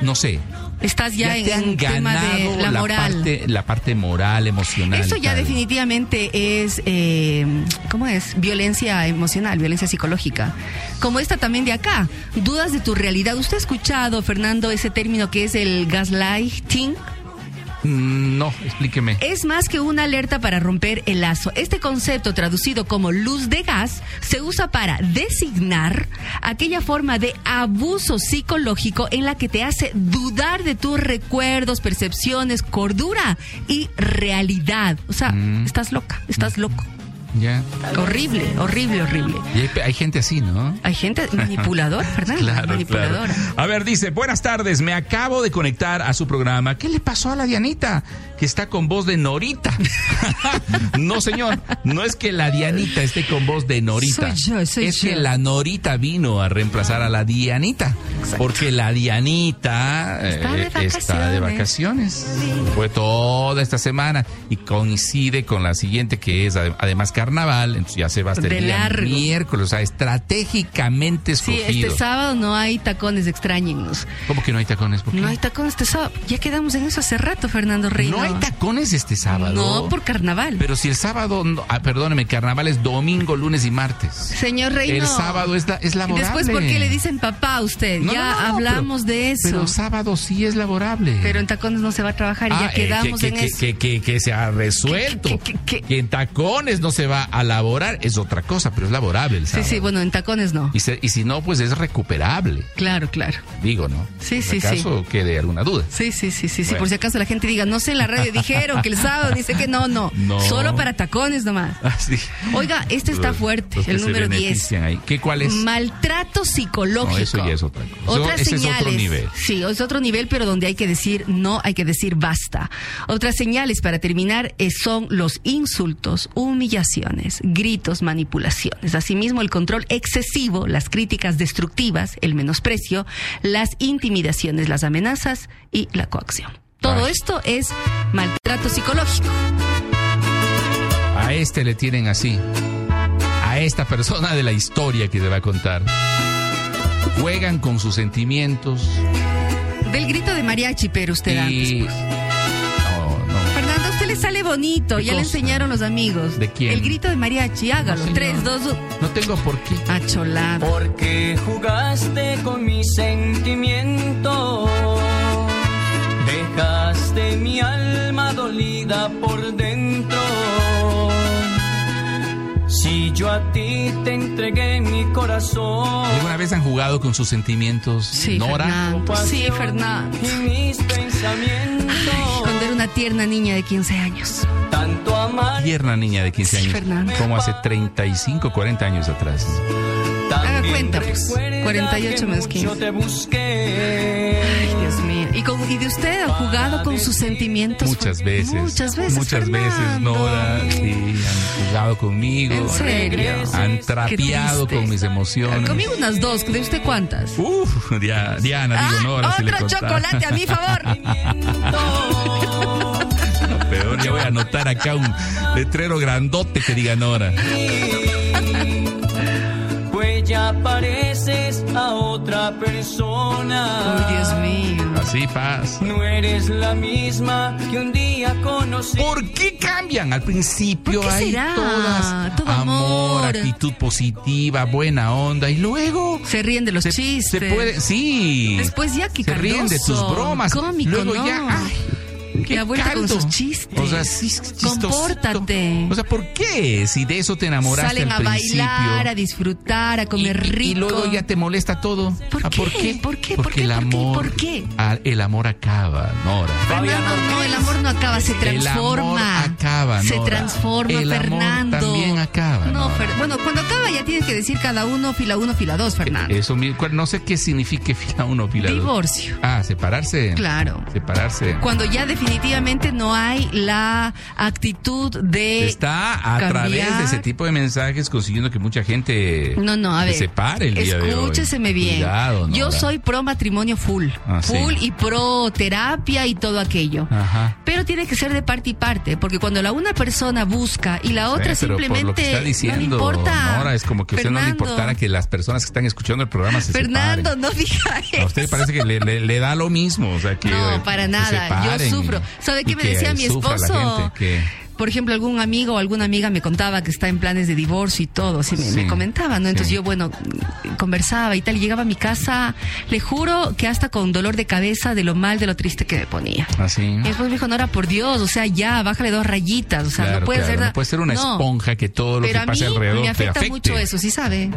C: no sé,
D: Estás ya,
C: te
D: en
C: han
D: el tema de
C: ganado
D: la moral.
C: parte, la parte moral, emocional.
D: eso ya
C: tal.
D: definitivamente es, eh, ¿cómo es? Violencia emocional, violencia psicológica. Como esta también de acá, dudas de tu realidad. ¿Usted ha escuchado, Fernando, ese término que es el gaslighting?
C: Mm, No, explíqueme.
D: Es más que una alerta para romper el lazo. Este concepto, traducido como luz de gas, se usa para designar aquella forma de abuso psicológico en la que te hace dudar de tus recuerdos, percepciones, cordura y realidad. O sea, estás loca, estás loco.
C: Ya.
D: Horrible, horrible, horrible.
C: Y hay, hay gente así, ¿no?
D: Hay gente manipuladora, ¿verdad? manipuladora.
C: A ver, dice, buenas tardes, me acabo de conectar a su programa. ¿Qué le pasó a la Dianita? Que está con voz de Norita. no, señor, no es que la Dianita esté con voz de Norita.
D: Soy yo, soy
C: es
D: yo.
C: que la Norita vino a reemplazar a la Dianita. Porque la Dianita eh,
D: Está de vacaciones.
C: está de vacaciones. Fue toda esta semana y coincide con la siguiente que es adem- además carnaval. Entonces ya se va hasta
D: De
C: el día
D: largo.
C: miércoles. O sea, estratégicamente
D: Sí,
C: escogido.
D: este sábado no hay tacones, extrañenos.
C: ¿Cómo que no hay tacones? ¿Por qué?
D: No hay tacones este sábado. Ya quedamos en eso hace rato, Fernando Rey.
C: ¿No hay tacones este sábado.
D: No, por carnaval.
C: Pero si el sábado, no- ah, perdóneme, carnaval es domingo, lunes y martes.
D: Señor Reino.
C: El sábado es, la, es
D: Y
C: laborable.
D: después, ¿por qué le dicen papá a usted?
C: No,
D: ya
C: no, no,
D: hablamos
C: pero-
D: de eso.
C: Pero
D: Pero,
C: sábado sí es laborable.
D: en tacones no se va a trabajar y
C: Ah,
D: ya
C: eh,
D: quedamos
C: que,
D: en
C: que,
D: eso.
C: que- que- que se ha resuelto.
D: Que- que- que- que-
C: en tacones no se va va a laborar es otra cosa, pero es laborable el
D: Sí,
C: sábado.
D: sí, bueno, en tacones no.
C: Y, se- y si no, pues es recuperable,
D: Claro, claro.
C: digo, ¿no?
D: Sí,
C: Por
D: sí,
C: si acaso quede alguna duda.
D: Sí, sí, sí, sí, sí.
C: Bueno.
D: Por si acaso la gente diga, no sé, en la radio dijeron que el sábado dice que no, no.
C: No.
D: Solo para tacones nomás.
C: Así.
D: Oiga, este está
C: Ah, Los-
D: fuerte,
C: los que
D: el
C: se
D: número 10.
C: benefician ahí. ¿Qué cuál es?
D: Maltrato psicológico.
C: No, eso ya es otra cosa.
D: Otras
C: Eso- ese es otro
D: señales.
C: nivel.
D: Sí, es otro nivel, pero donde hay que decir no, hay que decir basta. Otras señales para terminar eh, son los insultos, humillaciones, gritos, manipulaciones. Asimismo, el control excesivo, las críticas destructivas, el menosprecio, las intimidaciones, las amenazas y la coacción. Todo
C: Ay.
D: esto es maltrato psicológico.
C: A este le tienen así. A esta persona de la historia que te va a contar. Juegan con sus sentimientos
D: Del grito de mariachi, pero usted antes.
C: y... No, no.
D: Fernando, a usted le sale bonito.
C: ¿Qué
D: Ya le
C: cosa?
D: enseñaron los amigos.
C: ¿De quién?
D: El grito de mariachi. Hágalo.
C: No, señor.
D: Tres, dos, uno. Ah,
C: No tengo por qué.
D: Acholado.
I: Porque jugaste con mis sentimientos, dejaste mi alma dolida por dentro. Si yo a ti te entregué mi corazón,
C: ¿Alguna vez han jugado con sus sentimientos?
D: Sí,
C: Nora.
D: Fernando. Sí, Fernando.
I: y mis pensamientos,
D: Cuando era una tierna niña de 15 años.
I: tanto amar,
C: Tierna niña de 15 años.
D: Fernando.
C: Como hace 35, 40 años atrás.
I: también
D: cuenta, pues.
I: recuerda
D: 48 menos
I: que mucho
D: 15.
I: te busqué.
D: Ay, Dios mío. ¿Y, con- y de usted ha jugado con sus sentimientos?
C: Muchas veces.
D: Pues, Muchas veces.
C: Muchas veces,
D: Fernando.
C: Nora. Sí, han jugado conmigo.
D: En serio.
C: Han
D: Qué
C: trapeado
D: triste.
C: con mis emociones.
D: Conmigo unas dos. ¿De usted cuántas?
C: Uf, Dia- Diana, digo,
D: Ah,
C: Nora, si le
D: otro
C: contara.
D: chocolate, a mi favor.
C: Peor, ya voy a anotar acá un letrero grandote que diga Nora.
I: Pues ya pareces a otra persona.
D: Ay, Dios mío.
C: Así pasa.
I: No eres la misma que un día conocí.
C: ¿Por qué cambian? Al principio
D: ¿Por qué
C: hay
D: será?
C: todas
D: Todo amor.
C: actitud positiva, buena onda y luego
D: Se ríen de los
C: se,
D: chistes.
C: se puede, sí.
D: Después ya que
C: se ríen de tus
D: Cardoso,
C: bromas.
D: cómico,
C: luego
D: ¿no?
C: ya, ay, qué
D: La vuelta con
C: caldo.
D: sus chistes.
C: O sea, sí, es chistosito.
D: Compórtate.
C: O sea, ¿por qué? Si de eso te enamoraste
D: Salen
C: al
D: a
C: principio.
D: bailar, a disfrutar, a comer
C: y, y-
D: rico.
C: Y luego ya te molesta todo.
D: ¿Por
C: Ah, ¿Por
D: qué?
C: qué?
D: ¿Por qué? ¿Por
C: Porque
D: qué?
C: el
D: ¿Por qué?
C: amor,
D: ¿Por qué?
C: ah, el amor acaba, Nora.
D: Fernando, no, el amor no acaba, se transforma.
C: amor acaba,
D: se
C: Nora.
D: transforma,
C: El amor
D: Fernando.
C: también acaba,
D: No,
C: Nora.
D: Fer- bueno, cuando acaba ya tienes que decir cada uno, fila uno, fila dos, Fernando.
C: Eso, mi- cuál- no sé qué signifique fila uno, fila dos.
D: Divorcio.
C: Ah, separarse.
D: Claro.
C: Separarse.
D: Cuando ya definitivamente no hay la actitud de.
C: Está a
D: cambiar.
C: través de ese tipo de mensajes consiguiendo que mucha gente
D: No, no, a ver.
C: se separe el día de hoy.
D: Escúcheseme bien.
C: Cuidado,
D: Yo
C: Nora. Eh,
D: soy pro matrimonio full.
C: Ah, sí.
D: full y pro terapia y todo aquello.
C: Ajá.
D: Pero tiene que ser de parte y parte, porque cuando la una persona busca y la otra
C: Sí, pero
D: simplemente
C: por lo que está diciendo,
D: no le importa.
C: Nora, es como que a usted no le
D: Fernando,
C: importara que las personas que están escuchando el programa se
D: Fernando,
C: separen.
D: no diga eso.
C: A usted parece que le, le- le da lo mismo, o sea que eh,
D: No, para
C: se
D: nada.
C: separen
D: Yo
C: y-
D: sufro. ¿Sabe
C: y
D: qué me
C: que
D: decía mi
C: sufra la
D: esposo?
C: gente, que-
D: Por ejemplo, algún amigo o alguna amiga me contaba que está en planes de divorcio y todo, así me,
C: Sí.
D: me comentaba, ¿no? Entonces
C: Sí.
D: yo, bueno, conversaba y tal, y llegaba a mi casa, le juro que hasta con dolor de cabeza de lo mal, de lo triste que me ponía.
C: Así.
D: Y después me dijo, Nora, por Dios, o sea, ya, bájale dos rayitas, Eh, o sea,
C: Claro,
D: no puede
C: claro,
D: ser...
C: no puede ser una
D: No.
C: esponja que todo lo
D: Pero
C: que
D: a
C: pasa
D: mí
C: alrededor
D: me
C: te
D: afecta
C: afecte.
D: mucho eso, sí sabe.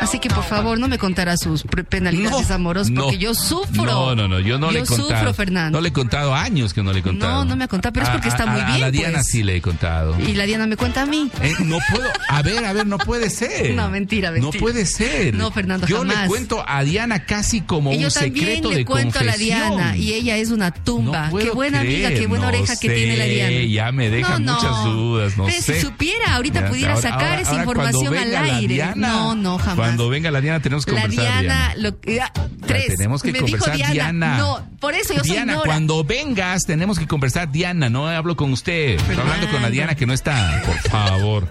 D: Así que por favor no me contarás sus pre- penalidades
C: No,
D: amorosas
C: no.
D: porque yo sufro.
C: No, no, no, yo no le he contado.
D: sufro, Fernando.
C: No le he contado años que no le he contado.
D: No, no me ha contado, pero es
C: A-
D: porque está
C: a-
D: muy
C: A
D: bien,
C: la
D: pues.
C: Diana sí le he contado.
D: Y la Diana me cuenta a mí.
C: Eh, no puedo, a ver, a ver, no puede ser.
D: No, mentira,
C: No
D: mentira.
C: puede ser.
D: No, Fernando,
C: Yo
D: jamás.
C: le cuento a Diana casi como
D: y yo
C: un
D: también
C: secreto
D: le
C: de
D: cuento a la
C: confesión.
D: Diana y ella es una tumba.
C: No puedo
D: qué buena amiga,
C: creer,
D: qué buena
C: no
D: oreja que
C: sé,
D: tiene la Diana.
C: ya me deja muchas dudas, no
D: Pero
C: sé.
D: Si supiera, ahorita
C: Ya,
D: pudiera
C: ahora-
D: sacar
C: ahora-
D: esa
C: ahora cuando
D: información al
C: venga la
D: aire.
C: Diana,
D: no, no, jamás.
C: Cuando venga la Diana tenemos que
D: la
C: conversar.
D: Diana,
C: Diana.
D: lo que- ah, tres.
C: tenemos que
D: me
C: conversar,
D: dijo Diana.
C: Diana.
D: No, por eso yo
C: Diana,
D: soy Nora.
C: cuando vengas tenemos que conversar, Diana, no hablo con usted. Estoy hablando con la
D: Fernando.
C: Diana que no está, por favor.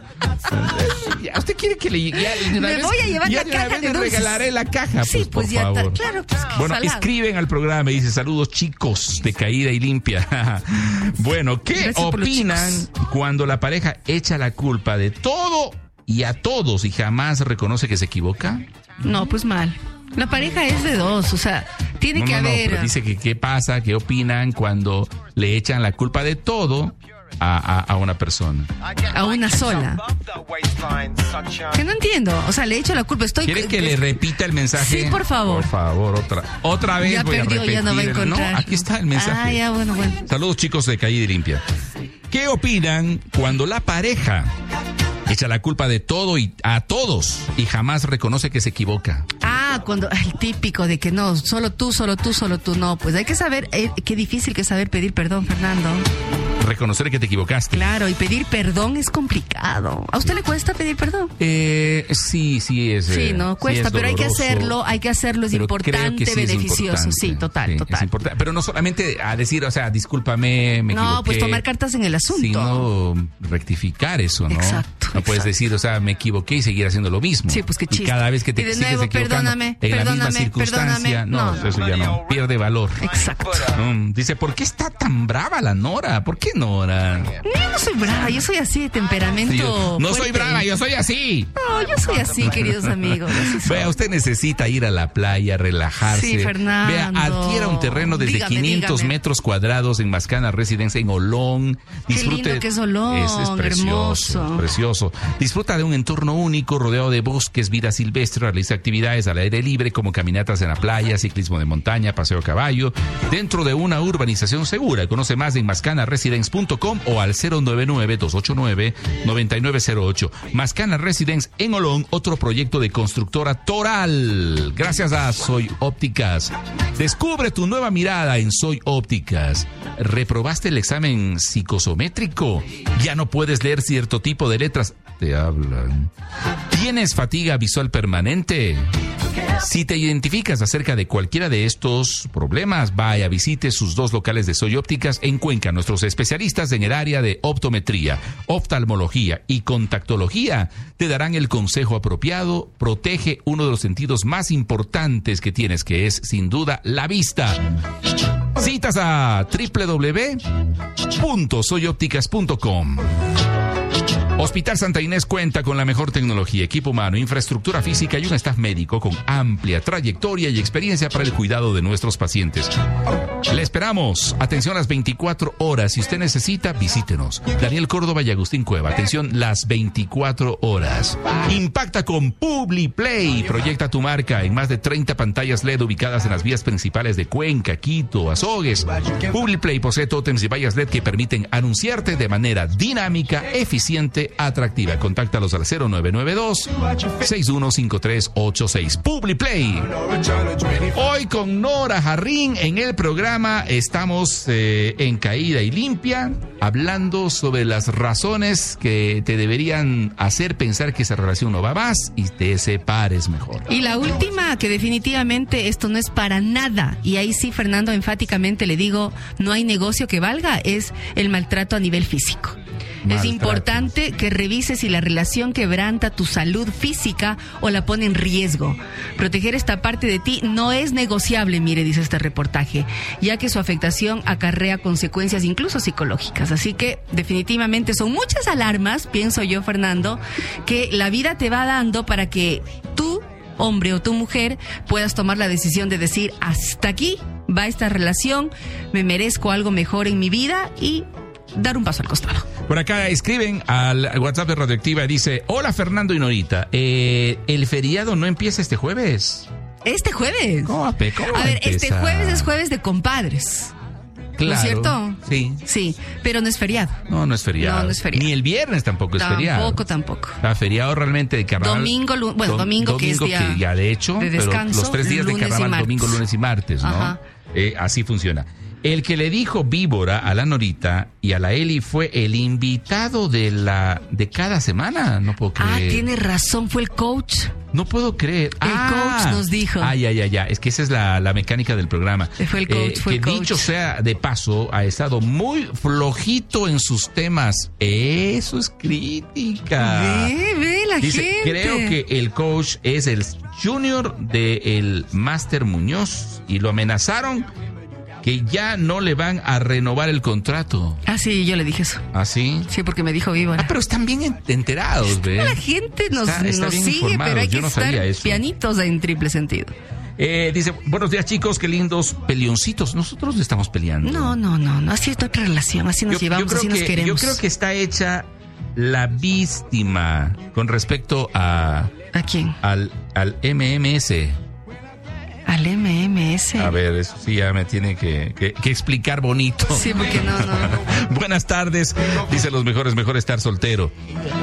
C: Ya, ¿Usted quiere que le ya, de una
D: Me
C: vez-
D: voy a llevar
C: ya
D: la
C: de una
D: caja
C: vez
D: de
C: le
D: dulces.
C: regalaré la caja,
D: Sí,
C: pues,
D: pues
C: por
D: ya está,
C: favor.
D: claro, pues, que
C: Bueno,
D: salado.
C: escriben al programa y dice, "Saludos chicos, de caída y limpia." bueno, ¿qué
D: Gracias por los
C: opinan cuando la pareja echa la culpa de todo y a todos y jamás reconoce que se equivoca?
D: No, pues mal. La pareja es de dos, o sea, tiene
C: No,
D: que
C: no, no,
D: haber.
C: pero dice que qué pasa, qué opinan cuando le echan la culpa de todo a, a- a una persona.
D: A una sola. Que no entiendo. O sea, le he hecho la culpa. Estoy. pues,
C: ¿Quieren que le repita el mensaje?
D: Sí, por favor.
C: Por favor, otra, otra vez
D: Ya
C: voy
D: perdió,
C: a
D: ya
C: repetir.
D: no va a
C: el-
D: encontrar.
C: aquí está el mensaje.
D: Ah, ya, bueno, bueno.
C: Saludos chicos de Calle de Limpia. ¿Qué opinan cuando la pareja echa la culpa de todo y a todos y jamás reconoce que se equivoca?
D: Ah, cuando el típico de que no, solo tú, solo tú, solo tú, no. Pues hay que saber, eh, qué difícil que es saber pedir perdón, Fernando.
C: Reconocer que te equivocaste.
D: Claro, y pedir perdón es complicado. ¿A usted le cuesta pedir perdón?
C: Eh, sí, sí es. eh,
D: Sí, no,
C: es
D: cuesta, pero hay que
C: doloroso.
D: hacerlo, hay que hacerlo, es
C: Pero creo
D: importante,
C: que sí es
D: beneficioso.
C: importante.
D: Sí, total,
C: es
D: total.
C: importante. Pero no solamente a decir, o sea, discúlpame, me
D: No, pues
C: equivoqué,
D: tomar cartas en el asunto.
C: Sino rectificar eso, ¿no?
D: Exacto,
C: No puedes
D: exacto.
C: decir, o sea, me equivoqué y seguir haciendo lo mismo.
D: Sí, pues qué
C: Y
D: chiste.
C: cada vez que te
D: Y de
C: sigues
D: nuevo,
C: equivocando
D: perdóname,
C: en la misma
D: perdóname,
C: circunstancia,
D: perdóname.
C: no,
D: No.
C: eso ya no, pierde valor.
D: Exacto.
C: Mm, dice, ¿por qué está tan brava la Nora? ¿Por qué Nora?
D: No, yo no soy brava, yo soy así de temperamento.
C: Sí, yo- no soy
D: fuerte.
C: brava, yo soy así.
D: No, yo soy así, queridos amigos. así soy.
C: Vea, usted necesita ir a la playa, relajarse.
D: Sí, Fernando.
C: Vea, adquiera un terreno desde
D: Dígame,
C: 500
D: dígame.
C: metros cuadrados en Mascana Residencia, en Olón.
D: Qué lindo que es Olón,
C: Ese Es, precioso,
D: hermoso.
C: es precioso. Disfruta de un entorno único, rodeado de bosques, vida silvestre, realiza actividades al aire libre como caminatas en la playa, ciclismo de montaña, paseo a caballo, dentro de una urbanización segura. Conoce más en mascanaresidence.com o al 099-289-9908. Mascana Residence en Olón, otro proyecto de constructora Toral. Gracias a Soy Ópticas. Descubre tu nueva mirada en Soy Ópticas. ¿Reprobaste el examen psicosométrico? ¿Ya no puedes leer cierto tipo de letras? Te hablan. ¿Tienes fatiga visual permanente? Si te identificas acerca de cualquiera de estos problemas, vaya, visite sus dos locales de Soy Ópticas en Cuenca, nuestros especialistas en el área de optometría, oftalmología y contactología te darán el consejo apropiado, protege uno de los sentidos más importantes que tienes, que es sin duda la vista. Citas a www.soyopticas.com. Hospital Santa Inés cuenta con la mejor tecnología, equipo humano, infraestructura física y un staff médico con amplia trayectoria y experiencia para el cuidado de nuestros pacientes. Le esperamos. Atención las 24 horas. Si usted necesita, visítenos. Daniel Córdoba y Agustín Cueva. Atención las 24 horas. Impacta con PubliPlay. Proyecta tu marca en más de 30 pantallas LED ubicadas en las vías principales de Cuenca, Quito, Azogues. PubliPlay posee tótems y vallas LED que permiten anunciarte de manera dinámica, eficiente, atractiva. Contáctalos al 0992 615386. PubliPlay. Hoy con Nora Jarrín en el programa estamos eh, en Caída y Limpia hablando sobre las razones que te deberían hacer pensar que esa relación no va más y te separes mejor.
D: Y la última, que definitivamente esto no es para nada, y ahí sí, Fernando, enfáticamente le digo, no hay negocio que valga, es el maltrato a nivel físico. Es
C: Maltrato.
D: importante que revises si la relación quebranta tu salud física o la pone en riesgo. Proteger esta parte de ti no es negociable, mire, dice este reportaje, ya que su afectación acarrea consecuencias incluso psicológicas. Así que definitivamente son muchas alarmas, pienso yo, Fernando, que la vida te va dando para que tú hombre o tu mujer puedas tomar la decisión de decir hasta aquí va esta relación, me merezco algo mejor en mi vida y dar un paso al costado.
C: Por acá escriben al WhatsApp de Radioactiva y dice, hola Fernando y Norita, eh, ¿el feriado no empieza este jueves?
D: Este jueves.
C: ¿Cómo, Ape? ¿Cómo va
D: A ver, este
C: empezar?
D: jueves es jueves de compadres, ¿no es cierto?
C: Sí.
D: Sí, pero no es feriado.
C: No, no es feriado.
D: No, no es feriado.
C: Ni el viernes tampoco es feriado.
D: Tampoco, tampoco.
C: La feriado realmente de carnaval.
D: Domingo, lu- bueno, domingo que es día
C: ya de hecho,
D: de
C: pero
D: descanso,
C: los tres días de
D: lunes y
C: carnaval,
D: martes.
C: domingo, lunes y martes, ¿no?
D: Ajá.
C: Eh, así funciona. El que le dijo víbora a la Norita y a la Eli fue el invitado de la de cada semana. No puedo creer.
D: Ah, tiene razón, fue el coach.
C: No puedo creer. El
D: coach nos dijo.
C: Ay, ay, ay, ay. Es que esa es la, la mecánica del programa. Eh,
D: Fue el coach, fue
C: que
D: el coach.
C: dicho sea de paso, ha estado muy flojito en sus temas. Eso es crítica.
D: Ve, ve la
C: Ah. Dice,
D: gente.
C: creo que el coach es el junior del Master Muñoz y lo amenazaron que ya no le van a renovar el contrato.
D: Ah, sí, yo le dije eso.
C: ¿Así?
D: Sí, porque me dijo víbora.
C: Ah, pero están bien en- enterados, ¿ve?
D: La gente nos,
C: Está- está
D: nos
C: bien
D: sigue,
C: informados,
D: pero hay
C: yo
D: que
C: no sabía
D: estar
C: eso.
D: pianitos en triple sentido.
C: Eh, dice, buenos días chicos, qué lindos peleoncitos. Nosotros no estamos peleando.
D: No, no, no, no. Así es otra relación, así nos
C: Yo- yo
D: llevamos,
C: creo
D: así nos
C: que-
D: queremos.
C: Yo creo que está hecha la víctima con respecto a
D: ¿A quién?
C: al, al MMS.
D: Al MMS.
C: A ver, eso sí ya me tiene que, que- que explicar bonito.
D: Sí, porque no, no.
C: Buenas tardes, dice los mejores, mejor estar soltero.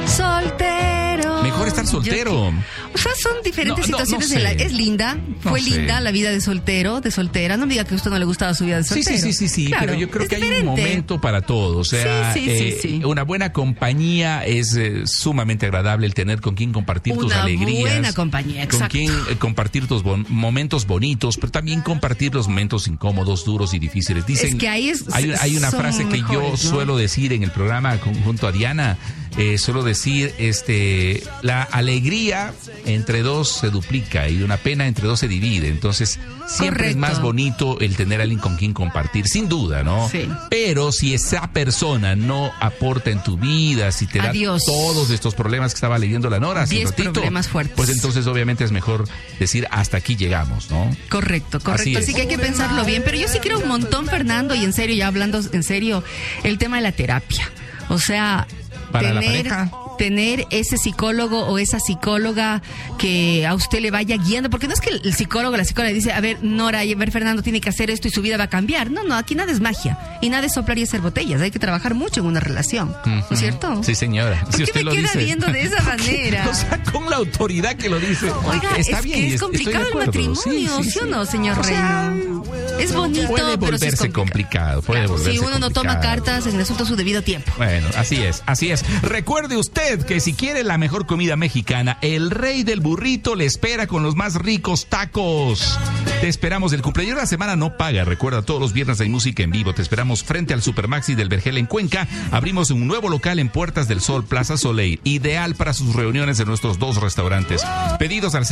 D: Soltero.
C: Mejor estar
D: Yo-
C: soltero.
D: O sea, son diferentes
C: No, no, no
D: situaciones. de la-
C: sé.
D: es linda,
C: No
D: fue
C: sé.
D: linda la vida de soltero, de soltera. No me diga que a usted no le gustaba su vida de
C: Sí,
D: soltero.
C: sí, sí, sí, sí,
D: Claro,
C: pero yo creo
D: es
C: que hay un
D: diferente.
C: momento para todo. O sea,
D: Sí, sí, sí,
C: eh,
D: sí.
C: una buena compañía es eh, sumamente agradable el tener con quien compartir tus
D: Una
C: alegrías.
D: buena compañía, exacto.
C: Con quien eh, compartir tus bon- momentos bonitos, pero también compartir los momentos incómodos, duros y difíciles. Dicen,
D: que ahí es-
C: hay, hay una
D: son
C: frase que yo
D: mejores, ¿no?
C: suelo decir en el programa con- junto a Diana. eh, suelo decir, este, la alegría entre dos se duplica y una pena entre dos se divide. Entonces, siempre es
D: Correcto.
C: más bonito bonito el tener a alguien con quien compartir, sin duda, ¿no?
D: Sí.
C: Pero si esa persona no aporta en tu vida, si te da
D: Adiós.
C: todos estos problemas que estaba leyendo la Nora hace un
D: Diez
C: ratito,
D: problemas fuertes.
C: pues entonces obviamente es mejor decir hasta aquí llegamos, ¿no?
D: Correcto, correcto.
C: Así
D: Así,
C: es.
D: que hay que pensarlo bien. Pero yo sí creo un montón, Fernando, y en serio, ya hablando en serio, el tema de la terapia. O sea,
C: Para la
D: tener,
C: pareja.
D: tener ese psicólogo o esa psicóloga que a usted le vaya guiando. Porque no es que el psicólogo o la psicóloga dice, a ver, Nora, y a ver, Fernando tiene que hacer esto y su vida va a cambiar. No, no, aquí nada es magia. Y nada es soplar y hacer botellas. Hay que trabajar mucho en una relación. ¿No es cierto?
C: Sí, señora.
D: ¿Por
C: si
D: qué
C: usted
D: me
C: lo
D: queda
C: dice.
D: viendo de esa
C: ¿Por qué?
D: manera?
C: O sea, con la autoridad que lo dice. Ah,
D: Oiga,
C: Está
D: es
C: bien,
D: que es
C: estoy de
D: complicado el
C: acuerdo. Sí,
D: matrimonio, ¿sí,
C: sí, sí.
D: o no, señor Reino? Es bonito,
C: Puede
D: pero sí es
C: volverse complicado. puede
D: Claro,
C: volverse
D: si uno no toma
C: complicado.
D: cartas en el asunto a su debido tiempo.
C: Bueno, así es, así es. Recuerde usted que si quiere la mejor comida mexicana, el rey del burrito le espera con los más ricos tacos. Te esperamos el cumpleaños de la semana no paga. Recuerda, todos los viernes hay música en vivo. Te esperamos frente al Supermaxi del Vergel en Cuenca. Abrimos un nuevo local en Puertas del Sol, Plaza Soleil. Ideal para sus reuniones en nuestros dos restaurantes. Pedidos al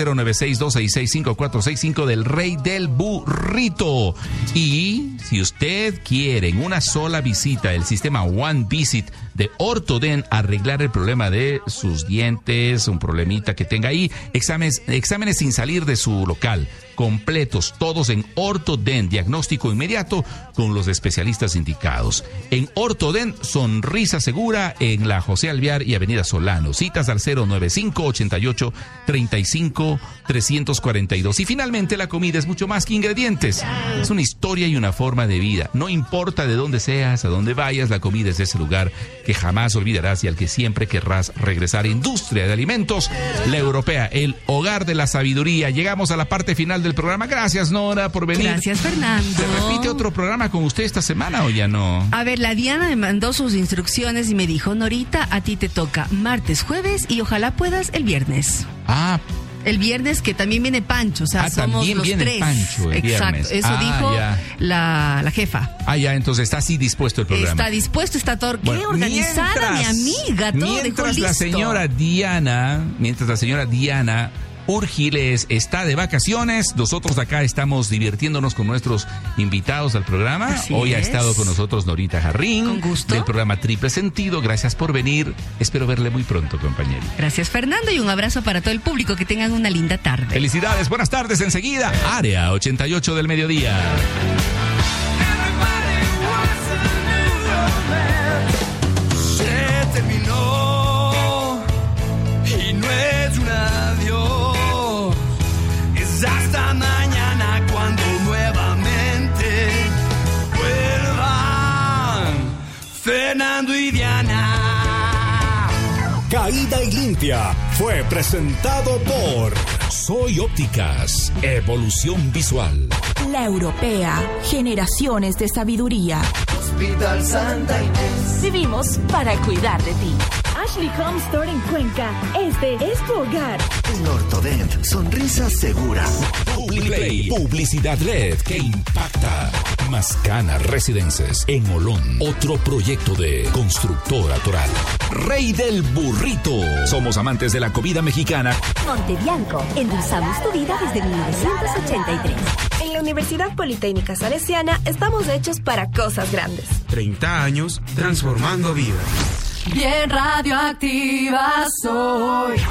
C: 096-266-5465 del Rey del Burrito. Y si usted quiere en una sola visita el sistema One Visit de Ortoden arreglar el problema de sus dientes, un problemita que tenga ahí, exámenes, exámenes sin salir de su local, completos, todos en Ortoden, diagnóstico inmediato con los especialistas indicados. En Ortoden, sonrisa segura en la José Alviar y Avenida Solano. Citas al 095 88 35 342. Y finalmente la comida es mucho más que ingredientes. Es una historia y una forma de vida. No importa de dónde seas, a dónde vayas, la comida es ese lugar que jamás olvidarás y al que siempre querrás regresar. Industria de alimentos, la europea, el hogar de la sabiduría. Llegamos a la parte final del programa. Gracias, Nora, por venir.
D: Gracias, Fernando.
C: ¿Se repite otro programa con usted esta semana o ya no?
D: A ver, la Diana me mandó sus instrucciones y me dijo, Norita, a ti te toca martes, jueves y ojalá puedas el viernes.
C: Ah,
D: El viernes que también viene Pancho, o sea,
C: Ah,
D: somos
C: también
D: los
C: viene
D: tres.
C: Pancho el
D: Exacto,
C: viernes.
D: eso
C: Ah,
D: dijo
C: ya.
D: la, la jefa.
C: ah, ya, entonces está así dispuesto el programa.
D: Está dispuesto, está todo. Qué
C: Bueno,
D: organizada,
C: mientras-
D: mi amiga, todo dejó
C: mientras la
D: listo.
C: señora Diana, mientras la señora Diana Urgiles está de vacaciones, nosotros acá estamos divirtiéndonos con nuestros invitados al programa.
D: Así
C: Hoy ha
D: es.
C: estado con nosotros Norita Jarrín
D: Con gusto.
C: del programa Triple Sentido. Gracias por venir. Espero verle muy pronto, compañero.
D: Gracias, Fernando, y un abrazo para todo el público. Que tengan una linda tarde.
C: Felicidades, buenas tardes enseguida. Área 88 del mediodía.
B: Se terminó y no es un adiós. Es hasta mañana cuando nuevamente vuelvan Fernando y Diana.
J: Caída y limpia fue presentado por Soy Ópticas, evolución visual.
K: La Europea, generaciones de sabiduría.
B: Hospital Santa Inés.
K: Vivimos para cuidar de ti.
L: Ashley Home Store en Cuenca. Este es tu hogar.
M: Nortodent, sonrisa segura.
J: Publiplay, publicidad red que impacta. Mascana Residences en Olón, otro proyecto de constructora toral. Rey del burrito. Somos amantes de la comida mexicana.
N: Montebianco, endulzamos tu vida desde 1983. En la Universidad Politécnica Salesiana estamos hechos para cosas grandes.
O: 30 años transformando vidas.
P: Bien radioactiva soy.